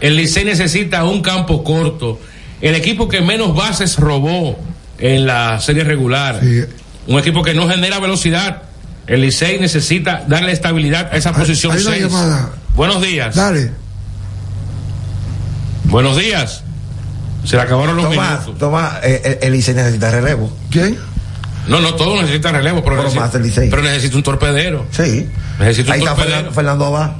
Speaker 3: El Licey necesita un campo corto. El equipo que menos bases robó en la serie regular. Un equipo que no genera velocidad. El Licey necesita darle estabilidad a esa posición
Speaker 2: hay una
Speaker 3: 6.
Speaker 2: llamada.
Speaker 3: Buenos días.
Speaker 2: Dale.
Speaker 3: Buenos días. Se le acabaron los
Speaker 4: Tomás,
Speaker 3: minutos.
Speaker 4: Tomás, eh, eh, el Licey necesita relevo.
Speaker 2: ¿Quién?
Speaker 3: No, no, todos necesitan relevo, pero,
Speaker 4: Pero más el
Speaker 3: necesita,
Speaker 4: Licey.
Speaker 3: pero necesita un torpedero.
Speaker 4: Sí.
Speaker 3: Necesita un
Speaker 4: Ahí está
Speaker 3: torpedero.
Speaker 4: Fernan- Fernando Abad.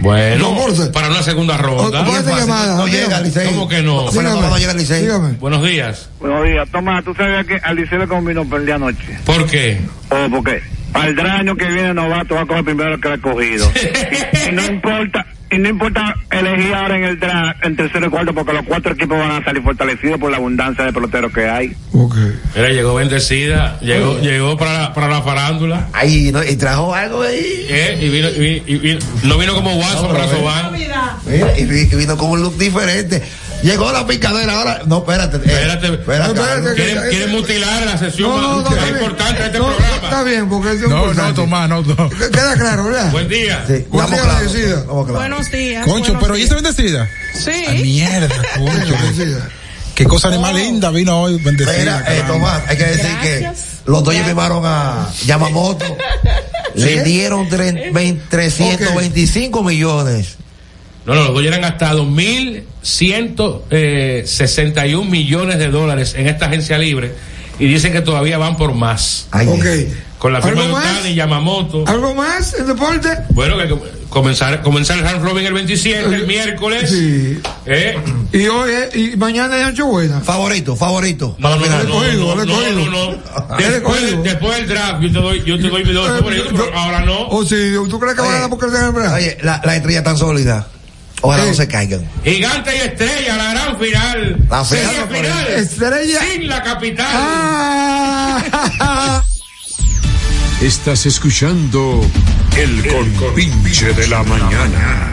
Speaker 3: Bueno,
Speaker 4: No, Borges.
Speaker 3: para una segunda ronda.
Speaker 4: Otra llamada,
Speaker 3: Oh, ¿Cómo
Speaker 4: dígame.
Speaker 3: que no?
Speaker 4: Dígame, Fernando Abad no llega al Licey. dígame.
Speaker 3: Buenos días.
Speaker 6: Buenos días. Toma, tú sabías que al Liceo le combinó perdí anoche.
Speaker 3: ¿Por qué?
Speaker 6: Oh, porque para el año que viene novato va a coger primero que ha cogido. y no importa, y no importa elegir ahora en el draft, en tercero y cuarto, porque los cuatro equipos van a salir fortalecidos por la abundancia de peloteros que hay.
Speaker 3: Mira, llegó bendecida, llegó, llegó para, la- para la farándula.
Speaker 4: Ahí, ¿no? y trajo algo ahí.
Speaker 3: Eh, y vino, y, vi- y vi- no vino como Watson para Soban.
Speaker 4: Mira, y, vi- y vino con un look diferente. Llegó la picadera ahora. No, espérate. eh,
Speaker 3: Espérate,
Speaker 4: espérate, Carlos.
Speaker 3: quieren, quieren mutilar la sesión.
Speaker 4: No, no, no,
Speaker 3: es
Speaker 4: está bien.
Speaker 3: importante este
Speaker 2: No,
Speaker 3: programa.
Speaker 2: está bien, porque es
Speaker 1: No,
Speaker 2: importante.
Speaker 1: no, Tomás, no, no.
Speaker 2: Queda claro, ¿verdad?
Speaker 3: Buen día.
Speaker 2: Buen día,
Speaker 1: claros,
Speaker 2: bendecida.
Speaker 19: Buenos días.
Speaker 1: Concho,
Speaker 19: buenos
Speaker 1: pero ¿y
Speaker 19: días.
Speaker 1: esa bendecida?
Speaker 19: Sí.
Speaker 1: Ah, mierda, concho. Qué cosa animal linda vino hoy, bendecida.
Speaker 4: Mira, eh,
Speaker 1: caramba.
Speaker 4: Tomás, hay que decir que los Dodgers firmaron a Yamamoto. Le dieron tre- vein- 325 millones.
Speaker 3: No, no, los Dodgers han gastado 1.161 millones de dólares en esta agencia libre y dicen que todavía van por más.
Speaker 2: Ok.
Speaker 3: Con la firma de
Speaker 2: ¿Algo
Speaker 3: Otani, Yamamoto.
Speaker 2: ¿Algo más en deporte?
Speaker 3: Bueno, que com- comenzar, comenzar el round robin el 27, el miércoles. ¿Eh?
Speaker 2: Y hoy es- y mañana es Nochebuena.
Speaker 4: Favorito, favorito.
Speaker 3: No, no, no,
Speaker 2: Dale cogido,
Speaker 3: no, no,
Speaker 2: dale
Speaker 3: no,
Speaker 2: cogido.
Speaker 3: no, no. Después, después del draft, yo te doy, yo te doy mi
Speaker 2: Ah,
Speaker 3: dos favoritos, pero ahora no.
Speaker 4: Oh,
Speaker 2: O si tú crees que van a dar porque tengan el brazo.
Speaker 4: Oye, la, la estrella tan sólida. Ojalá no se caigan.
Speaker 3: Gigante y estrella, la gran final.
Speaker 4: La final,
Speaker 3: Serie
Speaker 4: por
Speaker 3: final.
Speaker 2: Estrella.
Speaker 3: Sin la capital.
Speaker 2: Ah.
Speaker 8: Estás escuchando El Compinche de la Mañana.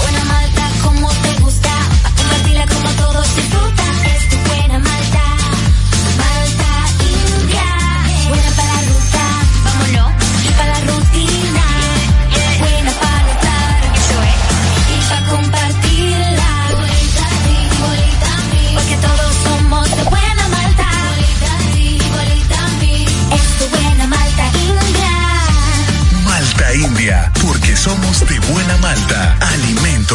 Speaker 10: buena malta como te gusta, pa' compartirla como todos disfrutan. Es tu buena malta, malta india. Buena para la ruta, vámonos, y para la rutina. Buena para notar, eso es. Y para compartirla, bolita sí, bolita mí. Porque todos somos de buena malta, bolita sí, bolita mí. Es tu buena malta india.
Speaker 14: Malta India, porque somos de buena malta, alimento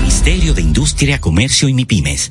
Speaker 15: Ministerio de Industria, Comercio y MIPIMES.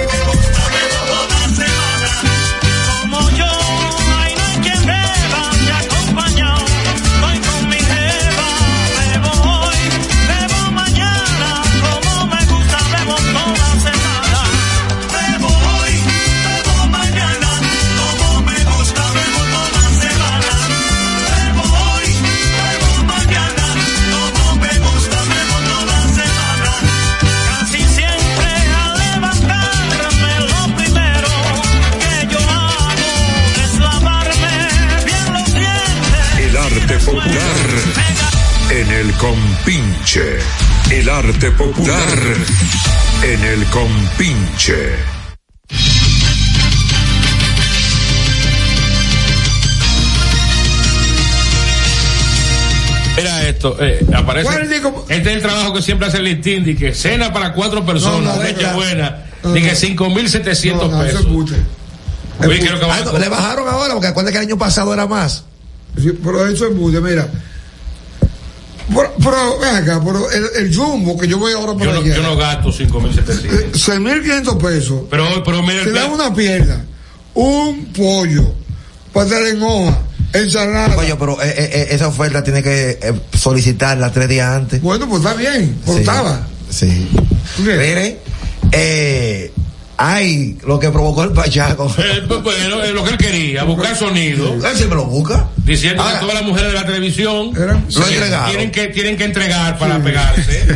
Speaker 16: Como yo, ay, no hay quien beba, me acompaña. Estoy con mi jeva, bebo hoy, bebo mañana. Como me gusta, bebo toda semana. Bebo hoy, bebo mañana. Como me gusta, bebo toda semana. Bebo hoy, bebo mañana. Como me gusta, bebo toda semana. Casi siempre al levantarme lo primero que yo hago es lavarme bien los dientes.
Speaker 8: El arte popular en el compinche. El arte popular en el compinche.
Speaker 3: Mira esto, eh, aparece. Este es el trabajo que siempre hace el listín, de que cena para cuatro personas,
Speaker 2: no,
Speaker 3: leche
Speaker 2: claro.
Speaker 3: buena,
Speaker 2: No,
Speaker 3: de que
Speaker 2: no.
Speaker 3: 5.700
Speaker 2: No, no, eso
Speaker 3: pesos.
Speaker 2: es buche.
Speaker 3: Oye, quiero que
Speaker 4: Ah, no, le bajaron ahora, porque acuérdate que el año pasado era más.
Speaker 2: Sí, pero eso es buche, mira. Pero, pero, ven acá, pero el, el jumbo que yo voy ahora
Speaker 3: Yo
Speaker 2: para
Speaker 3: no,
Speaker 2: allá,
Speaker 3: yo no gasto 5.700.
Speaker 2: 6.500 pesos.
Speaker 3: Pero, pero mira,
Speaker 2: Te
Speaker 3: el
Speaker 2: dan
Speaker 3: plan-
Speaker 2: una pierna, un pollo, patar en hoja, ensalada.
Speaker 4: Oye, pero eh, eh, eh, esa oferta tiene que eh, solicitarla tres días antes.
Speaker 2: Bueno, pues está bien,
Speaker 4: Sí.
Speaker 2: portaba.
Speaker 4: Sí. Miren, eh, ay, lo que provocó el pachaco.
Speaker 3: Eh, pues, bueno, es lo que él quería, buscar sonido.
Speaker 4: Él siempre lo busca. Ah.
Speaker 3: Diciendo que todas las mujeres de la televisión
Speaker 4: Lo
Speaker 3: se-
Speaker 4: entregaron.
Speaker 3: tienen, que, tienen que entregar para pegarse.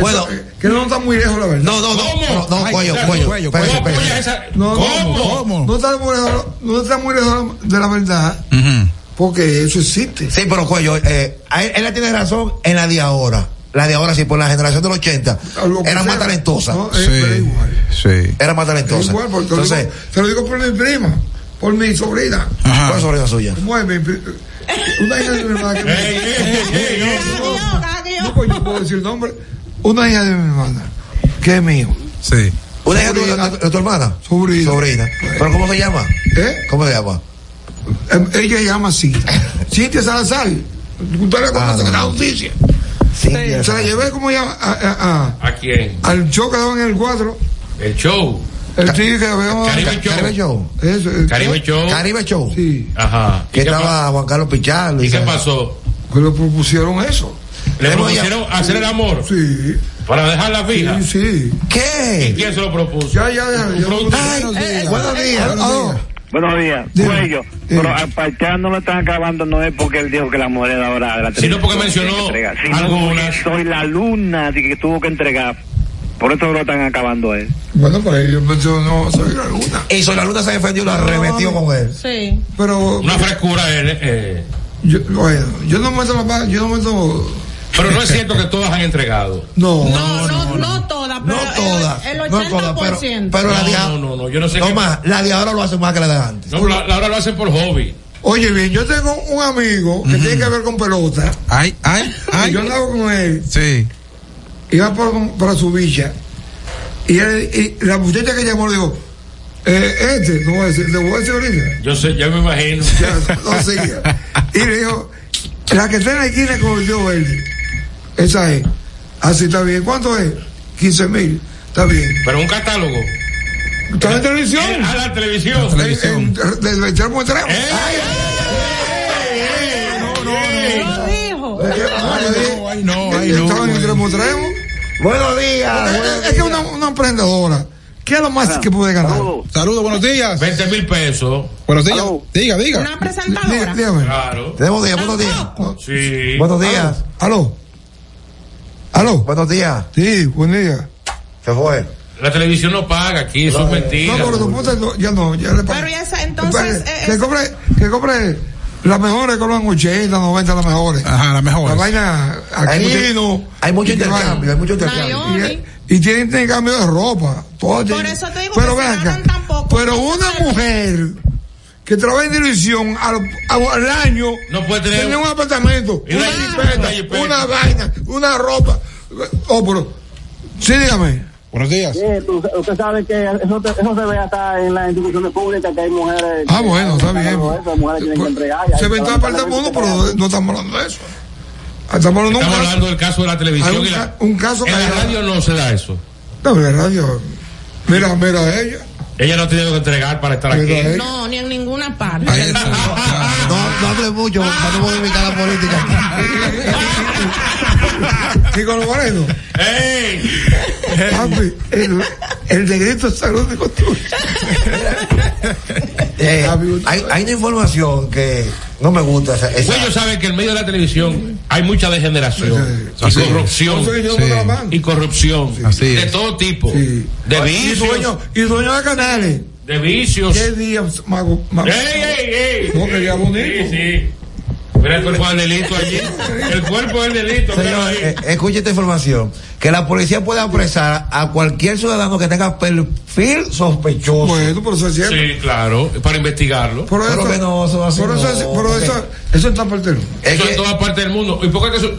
Speaker 4: Bueno,
Speaker 2: que no está muy lejos, la verdad.
Speaker 4: No, no, no, no, no, cuello, cuello, espérate,
Speaker 3: pues,
Speaker 4: espérate.
Speaker 2: No, no,
Speaker 4: ¿Cómo?
Speaker 2: No, no está muy lejos, no está muy lejos de la verdad. Porque eso existe.
Speaker 4: Sí, pero cuello, eh, a él, él la tiene razón en la de ahora. La de ahora sí, por la generación del 80. Era más talentosa.
Speaker 1: Sí, sí.
Speaker 4: Era más talentosa.
Speaker 2: Igual, porque lo
Speaker 4: Entonces,
Speaker 2: digo- se lo digo por mi prima, por mi sobrina.
Speaker 4: Ajá. ¿Cuál sobrina suya?
Speaker 2: ¿Cómo es mi pri- Una hija de mi hermana. que me- No, no, pues yo puedo decir nombre. Una hija de mi hermana, que es mío.
Speaker 1: Sí.
Speaker 4: ¿Una hija de tu- de, tu hermana?
Speaker 2: Sobrina.
Speaker 4: Sobrina. ¿Pero cómo se llama? ¿Cómo se llama?
Speaker 2: ¿Eh? Em, Ella se llama Cintia. Cintia Salazar. Usted la
Speaker 4: Ah,
Speaker 2: conoce, que da justicia. Se la llevé como llama a- a- a-
Speaker 3: ¿A quién?
Speaker 2: al show que daban en el cuadro.
Speaker 3: El show.
Speaker 2: El tigre que veamos.
Speaker 3: Caribe Show.
Speaker 4: Caribe Show.
Speaker 2: Eso, el-
Speaker 3: Caribe Show.
Speaker 4: Caribe Show.
Speaker 2: Sí.
Speaker 3: Ajá.
Speaker 4: Que estaba Juan Carlos Pichardo.
Speaker 3: ¿Y qué pasó?
Speaker 2: Que le propusieron eso.
Speaker 3: ¿Le
Speaker 4: Pero ya-
Speaker 3: propusieron hacer el amor?
Speaker 2: Sí.
Speaker 3: ¿Para dejarla fija?
Speaker 2: Sí, sí.
Speaker 4: ¿Qué? eh,
Speaker 3: ¿Y quién se lo propuso?
Speaker 2: Ya, ya, ya.
Speaker 3: Un producto-
Speaker 2: eh,
Speaker 4: Buenos días.
Speaker 6: Buenos días. Cuello, pero eh, apartando lo están acabando no es porque él dijo que la mujer era ahora de la
Speaker 3: Sino porque
Speaker 6: televisión
Speaker 3: mencionó
Speaker 6: tiene que entregar, sino
Speaker 3: algunas.
Speaker 6: porque Soy la luna de que tuvo que entregar. Por eso lo están acabando a él.
Speaker 2: Bueno, pues yo pensé, no, soy la luna.
Speaker 4: Y Soy la Luna se defendió y la arremetió con él.
Speaker 19: Sí.
Speaker 2: Pero
Speaker 3: Una frescura él. eh, eh.
Speaker 2: yo, bueno, yo no meto la paz, yo no meto.
Speaker 3: Pero no es cierto que todas han entregado.
Speaker 2: No.
Speaker 19: No, no, no todas, pero el- el, 80%.
Speaker 4: pero la de-
Speaker 3: No, no, no, yo no sé.
Speaker 4: No
Speaker 3: qué-
Speaker 4: más, la de ahora lo hace más que la de antes.
Speaker 3: No, la, la ahora lo hacen por hobby.
Speaker 2: Oye, bien, yo tengo un amigo que tiene que ver con pelota.
Speaker 1: Ay, ay,
Speaker 2: Y yo andaba con él.
Speaker 1: Sí.
Speaker 2: Iba por- para su villa. Y, él- y la muchacha que llamó le dijo: eh, Este, no voy a decir, le voy a decir ahorita.
Speaker 3: Yo sé, ya me imagino.
Speaker 2: No siga. Y le dijo: La que está en la esquina con el tío verde. Esa es. Así está bien. ¿Cuánto es? 15 mil. Está bien.
Speaker 3: Pero un catálogo.
Speaker 2: ¿Está en televisión?
Speaker 3: Eh, A la televisión.
Speaker 2: En- en- Del extremo a extremo.
Speaker 19: Lo dijo.
Speaker 1: Ay, no,
Speaker 2: ay, no. Estaba en extremo a extremo.
Speaker 4: Buenos días.
Speaker 2: Es- Es que una, una emprendedora. ¿Qué es lo más que puede ganar?
Speaker 1: Saludos, buenos días.
Speaker 3: 20 mil pesos.
Speaker 1: Buenos días. Diga, diga.
Speaker 19: Una presentadora.
Speaker 3: Claro.
Speaker 4: Tenemos días, buenos días.
Speaker 3: Sí.
Speaker 4: Buenos días.
Speaker 2: Aló. Aló.
Speaker 4: Buenos días.
Speaker 2: Sí, buen día.
Speaker 4: Se fue.
Speaker 3: La televisión no paga aquí, eso es mentira.
Speaker 2: No, pero tu puta no, ya no, ya le pagué.
Speaker 19: Pero ya esa- entonces.
Speaker 2: Pagué.
Speaker 19: eh,
Speaker 2: que
Speaker 19: es-
Speaker 2: compre, que compre las mejores, cobran 80, 90, las mejores.
Speaker 1: Ajá, las mejores.
Speaker 2: La vaina,
Speaker 4: Hay
Speaker 2: aquí
Speaker 4: mucho-
Speaker 2: vino,
Speaker 4: hay mucho
Speaker 2: y que
Speaker 4: intercambio,
Speaker 2: va.
Speaker 4: hay mucho intercambio.
Speaker 2: Y, y tienen intercambio de ropa. todo
Speaker 19: Por
Speaker 2: tiene-
Speaker 19: eso te digo
Speaker 2: pero
Speaker 19: que se
Speaker 2: ven acá,
Speaker 19: ganan tan poco.
Speaker 2: Pero una mujer que trabaja en televisión al, al- al año
Speaker 3: No puede tener-
Speaker 2: tiene un apartamento,
Speaker 3: Y
Speaker 2: una
Speaker 3: una
Speaker 2: jipeta,
Speaker 3: jipeta.
Speaker 2: una vaina, una ropa. Oh, pero, sí, dígame.
Speaker 1: Buenos días.
Speaker 20: Eh, tú- usted sabe que eso, te- eso se ve hasta en las instituciones públicas que hay mujeres.
Speaker 2: Ah,
Speaker 20: que-
Speaker 2: bueno, está bien.
Speaker 20: Eso, esas mujeres tienen que entregar. y
Speaker 2: Se
Speaker 20: ahí
Speaker 2: me está
Speaker 20: está-
Speaker 2: apartando uno, pero no estamos hablando de eso. Estamos hablando de un
Speaker 3: Estamos
Speaker 2: caso.
Speaker 3: hablando del caso de la
Speaker 2: Hay
Speaker 3: televisión.
Speaker 2: un
Speaker 3: y
Speaker 2: ca-
Speaker 3: la,
Speaker 2: un caso
Speaker 3: en la
Speaker 2: callado.
Speaker 3: radio no se da eso.
Speaker 2: No, la radio. Mira, mira a ella.
Speaker 3: Ella no tiene que entregar para estar
Speaker 2: Mira,
Speaker 3: aquí.
Speaker 2: eh.
Speaker 19: No, ni en ninguna parte.
Speaker 4: No, no hables mucho, para no modificar la política.
Speaker 2: Nicolás Moreno.
Speaker 3: ¡Ey!
Speaker 2: Papi, el, el negrito salud de costumbre.
Speaker 4: Eh, hay, hay una información que no me gusta. Esa, esa-
Speaker 3: Ellos saben Pues que en medio de la televisión hay mucha degeneración y
Speaker 1: Así es.
Speaker 3: corrupción.
Speaker 2: Por eso yo pongo la mano.
Speaker 3: Y corrupción.
Speaker 1: Así
Speaker 3: De
Speaker 1: es.
Speaker 3: todo tipo.
Speaker 2: Sí.
Speaker 3: De
Speaker 2: Y
Speaker 3: vicios.
Speaker 2: dueño, y dueño de canales.
Speaker 3: De vicios.
Speaker 2: ¿Qué días, mago? mago-
Speaker 3: ¡Ey, ey, ey!
Speaker 2: No, que ya bonito.
Speaker 3: Sí, sí. Mira el cuerpo del delito allí. El cuerpo del delito. mira
Speaker 4: Señor,
Speaker 3: ahí.
Speaker 4: eh, escuche esta información. Que la policía puede apresar a cualquier ciudadano que tenga perfil sospechoso.
Speaker 2: Bueno, pero eso es cierto.
Speaker 3: Sí, claro. Para investigarlo.
Speaker 2: Por
Speaker 4: Pero
Speaker 2: eso,
Speaker 4: que no, eso no hace-
Speaker 2: por eso, es-
Speaker 4: no,
Speaker 2: por
Speaker 4: ok.
Speaker 2: eso, eso está partido.
Speaker 4: Es
Speaker 3: Eso
Speaker 4: que-
Speaker 3: en todas partes del mundo. ¿Y por qué, que eso-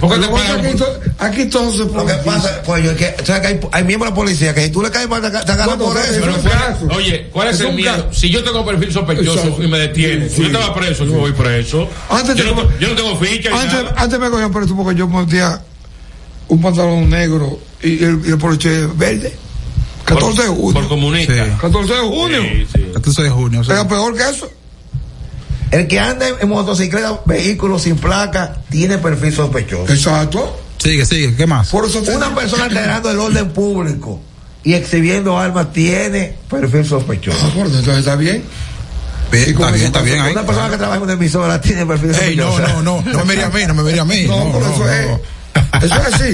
Speaker 3: por qué te
Speaker 2: Lo que pasa
Speaker 3: pagan
Speaker 2: es que
Speaker 3: por-
Speaker 2: esto- Aquí todo se
Speaker 4: Lo que pasa, pues, es que, o sea, que hay, hay miembros de la policía que si tú le caes mal, te, te agarran
Speaker 2: Bueno,
Speaker 4: por
Speaker 2: eso
Speaker 4: eso.
Speaker 2: es
Speaker 3: Pero
Speaker 2: un
Speaker 3: ¿cuál-
Speaker 2: caso.
Speaker 3: Oye, ¿cuál es,
Speaker 2: Es
Speaker 3: el
Speaker 2: un
Speaker 3: miedo?
Speaker 2: caso.
Speaker 3: Si yo tengo perfil sospechoso
Speaker 2: Exacto.
Speaker 3: y me detienen,
Speaker 2: Sí, sí.
Speaker 3: yo estaba preso, yo voy preso.
Speaker 2: Antes
Speaker 3: yo,
Speaker 2: te-
Speaker 3: no, yo no tengo ficha. ni
Speaker 2: Antes,
Speaker 3: nada.
Speaker 2: antes me cogían preso porque yo ponía un pantalón negro y el, y el broche verde. 14 de
Speaker 3: por, por
Speaker 2: junio.
Speaker 3: comunista.
Speaker 1: Sí.
Speaker 2: 14 de junio.
Speaker 3: Sí, sí.
Speaker 1: 14 de junio. o sea,
Speaker 2: Era peor que eso.
Speaker 4: El que anda en, en motocicleta, vehículo sin placa, tiene perfil sospechoso.
Speaker 2: Exacto.
Speaker 1: Sigue, sigue. ¿Qué más?
Speaker 2: Por eso te-
Speaker 4: Una persona alterando el orden público y exhibiendo armas tiene perfil sospechoso.
Speaker 2: Ah, bueno, entonces está bien.
Speaker 1: Bien, está bien, está bien. ahí.
Speaker 4: Una persona que trabaja en una emisora tiene perfil
Speaker 1: Ey, no,
Speaker 4: sospechoso.
Speaker 1: no, no. No me vería a mí, no me vería a mí.
Speaker 2: No,
Speaker 1: No,
Speaker 2: por
Speaker 1: no,
Speaker 2: eso
Speaker 1: no.
Speaker 2: es. Eso es así.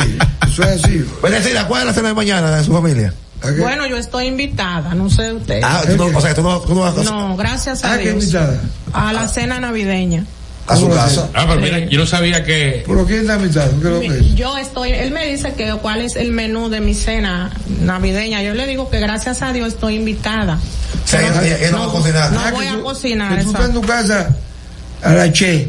Speaker 2: Eso es así.
Speaker 4: Pues Pero es decir, ¿cuál es la cena de mañana de su familia?
Speaker 19: Bueno, yo estoy invitada, no sé usted.
Speaker 4: Ah, tú no- o sea, tú no, tú no vas a-
Speaker 19: No, gracias a
Speaker 4: Ah, ¿qué
Speaker 19: Dios.
Speaker 4: invitada? Ah.
Speaker 19: A la cena navideña.
Speaker 4: a su casa.
Speaker 3: Ah, pero mira, yo no sabía que.
Speaker 2: ¿Por quién está invitado? ¿Qué es lo que es?
Speaker 19: Mi- Yo estoy, él me dice que cuál es el menú de mi cena navideña. Yo le digo que gracias a Dios estoy invitada.
Speaker 4: ella- ella- ella no va a cocinar.
Speaker 19: No
Speaker 4: Ah, que
Speaker 19: voy a
Speaker 4: tú-
Speaker 19: cocinar.
Speaker 2: que tú
Speaker 19: exacto.
Speaker 2: estás en tu casa a la Che.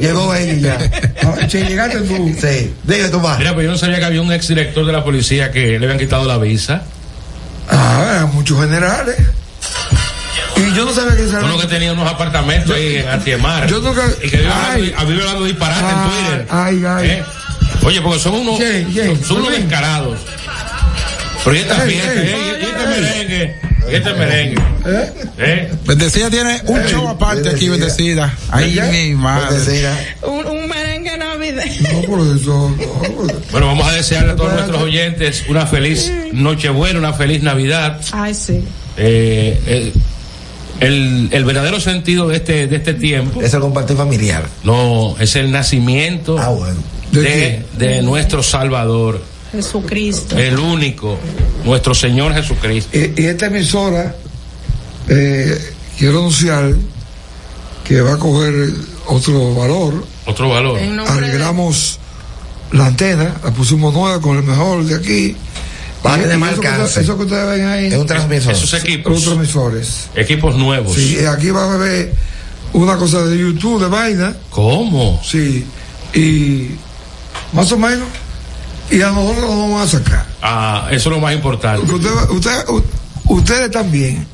Speaker 4: Llegó ella y ya.
Speaker 2: Ah, Che, llegaste tú.
Speaker 4: Sí. Dile tu
Speaker 3: Mira, pues yo no sabía que había un exdirector de la policía que le habían quitado la visa.
Speaker 2: Ah, muchos generales. Y yo no sabía que esa-
Speaker 3: Uno que tenía unos apartamentos ahí en Antiemar.
Speaker 2: Yo nunca- Ah,
Speaker 3: Y que vive hablando, vive hablando disparate en Twitter.
Speaker 2: Ay, ay.
Speaker 3: ¿Eh? Oye, porque son unos, son- son unos descarados. Pero y esta
Speaker 1: Ey,
Speaker 3: fiesta,
Speaker 1: ey.
Speaker 3: ¿eh? Y este merengue, y este merengue. ¿Eh?
Speaker 1: Bendecida tiene un show aparte aquí, bendecida. Ahí
Speaker 3: ¿Bendecida?
Speaker 1: mi madre.
Speaker 19: Un, un merengue navideño.
Speaker 3: Bueno, vamos a desearle a todos nuestros oyentes una feliz Nochebuena, una feliz Navidad.
Speaker 19: Ay, sí.
Speaker 3: Eh, eh, el, el verdadero sentido de este, de este tiempo
Speaker 4: es el compartir familiar. Ah,
Speaker 3: No, es el nacimiento de, de nuestro Salvador,
Speaker 19: Jesucristo.
Speaker 3: el único, nuestro Señor Jesucristo.
Speaker 2: Y, y esta emisora, eh, quiero anunciar que va a coger otro valor.
Speaker 3: Otro valor.
Speaker 2: Arreglamos la antena, la pusimos nueva con el mejor de aquí.
Speaker 4: Va a
Speaker 2: Y-
Speaker 4: tener
Speaker 2: y
Speaker 4: más
Speaker 2: eso que-
Speaker 4: alcance.
Speaker 2: Eso que ustedes ven ahí.
Speaker 4: Es un transmisor. Esos equipos.
Speaker 2: Los transmisores.
Speaker 3: Equipos nuevos.
Speaker 2: Sí, aquí va a haber una cosa de YouTube, de vaina.
Speaker 3: ¿Cómo?
Speaker 2: Sí. Y más o menos. Y a nosotros nos vamos a sacar.
Speaker 3: Ah, eso es lo más importante.
Speaker 2: Usted va- usted- u- ustedes también.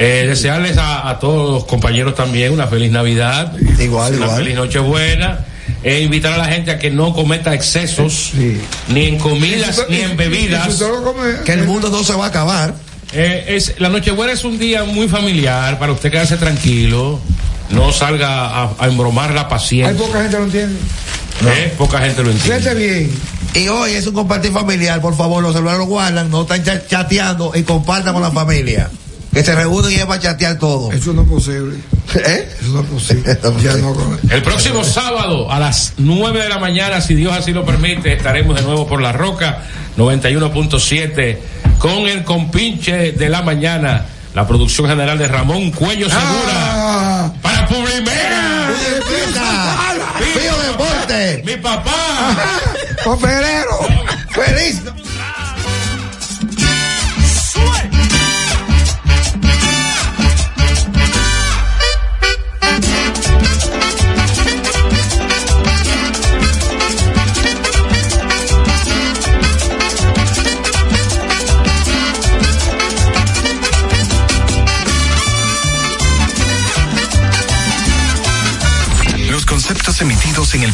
Speaker 3: Eh, desearles a, a todos los compañeros también una feliz Navidad.
Speaker 4: Igual,
Speaker 3: una
Speaker 4: igual.
Speaker 3: feliz Nochebuena. E invitar a la gente a que no cometa excesos, ni en comidas, ni en bebidas.
Speaker 4: Que
Speaker 1: eh.
Speaker 4: el mundo no se va a acabar.
Speaker 3: Eh, es, la Nochebuena es un día muy familiar para usted quedarse tranquilo. No salga a, a embromar la
Speaker 2: Hay
Speaker 3: paciencia.
Speaker 2: poca gente que lo entiende.
Speaker 3: Eh, poca gente lo entiende.
Speaker 2: Fíjate bien.
Speaker 4: Y hoy es un compartir familiar, por favor, los celulares los guardan, no están cha- chateando y compartan con la familia. Que se reúnen y es para chatear todo.
Speaker 2: Eso no es posible.
Speaker 4: ¿Eh?
Speaker 2: Eso no es posible. ya no con-
Speaker 3: El próximo sábado a las 9 de la mañana, si Dios así lo permite, estaremos de nuevo por La Roca 91.7 con el compinche de la mañana, la producción general de Ramón Cuello Segura. Para Publimera.
Speaker 4: ¡Pío Deporte!
Speaker 3: ¡Mi papá!
Speaker 2: ¡Operero! ¡Feliz!
Speaker 14: Los conceptos emitidos en el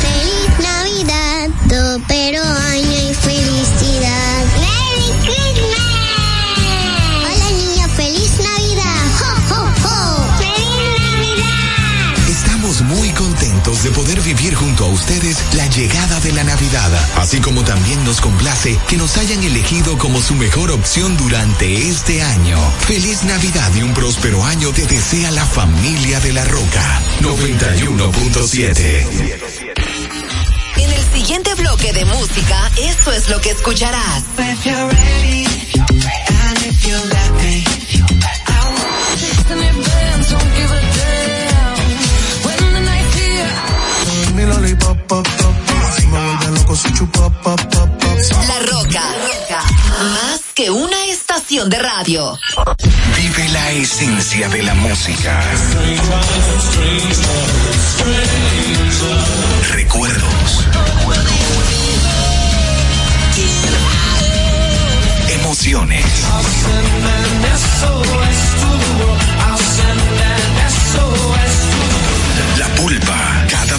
Speaker 10: Feliz Navidad, pero año y felicidad. ¡Merry Christmas! Hola niña, feliz Navidad. ¡Ho, ho, ho! ¡Feliz Navidad!
Speaker 21: Estamos muy contentos de poder vivir junto a ustedes la llegada de la Navidad, así como también nos complace que nos hayan elegido como su mejor opción durante este año. Feliz Navidad y un próspero año te desea la familia de la Roca 91.7.
Speaker 22: En el siguiente bloque de música, esto es lo que escucharás. La Roca, más que una estación de radio.
Speaker 14: Vive la esencia de la música. Recuerdos. Emociones. La Pulpa, cada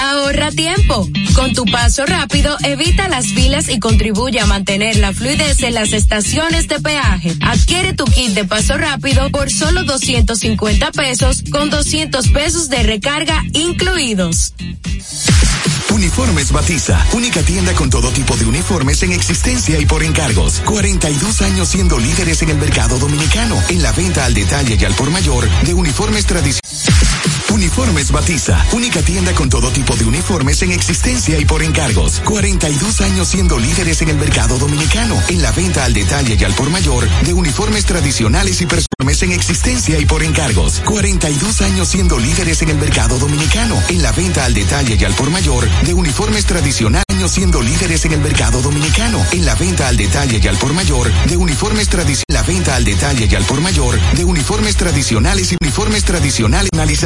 Speaker 13: Ahorra tiempo. Con tu paso rápido, evita las filas y contribuye a mantener la fluidez en las estaciones de peaje. Adquiere tu kit de paso rápido por solo 250 pesos con 200 pesos de recarga incluidos.
Speaker 21: Uniformes Batiza, única tienda con todo tipo de uniformes en existencia y por encargos. 42 años siendo líderes en el mercado dominicano, en la venta al detalle y al por mayor de uniformes tradicionales. Uniformes Batiza, única tienda con todo tipo de uniformes en existencia y por encargos. 42 años siendo líderes en el mercado dominicano, en la venta al detalle y al por mayor de uniformes tradicionales y performes en existencia y por encargos. 42 años siendo líderes en el mercado dominicano, en la venta al detalle y al por mayor de uniformes tradicionales años siendo líderes en el mercado dominicano, en la venta al detalle y al por mayor de uniformes tradicionales, la venta al detalle y al por mayor de uniformes tradicionales y uniformes tradicionales analizados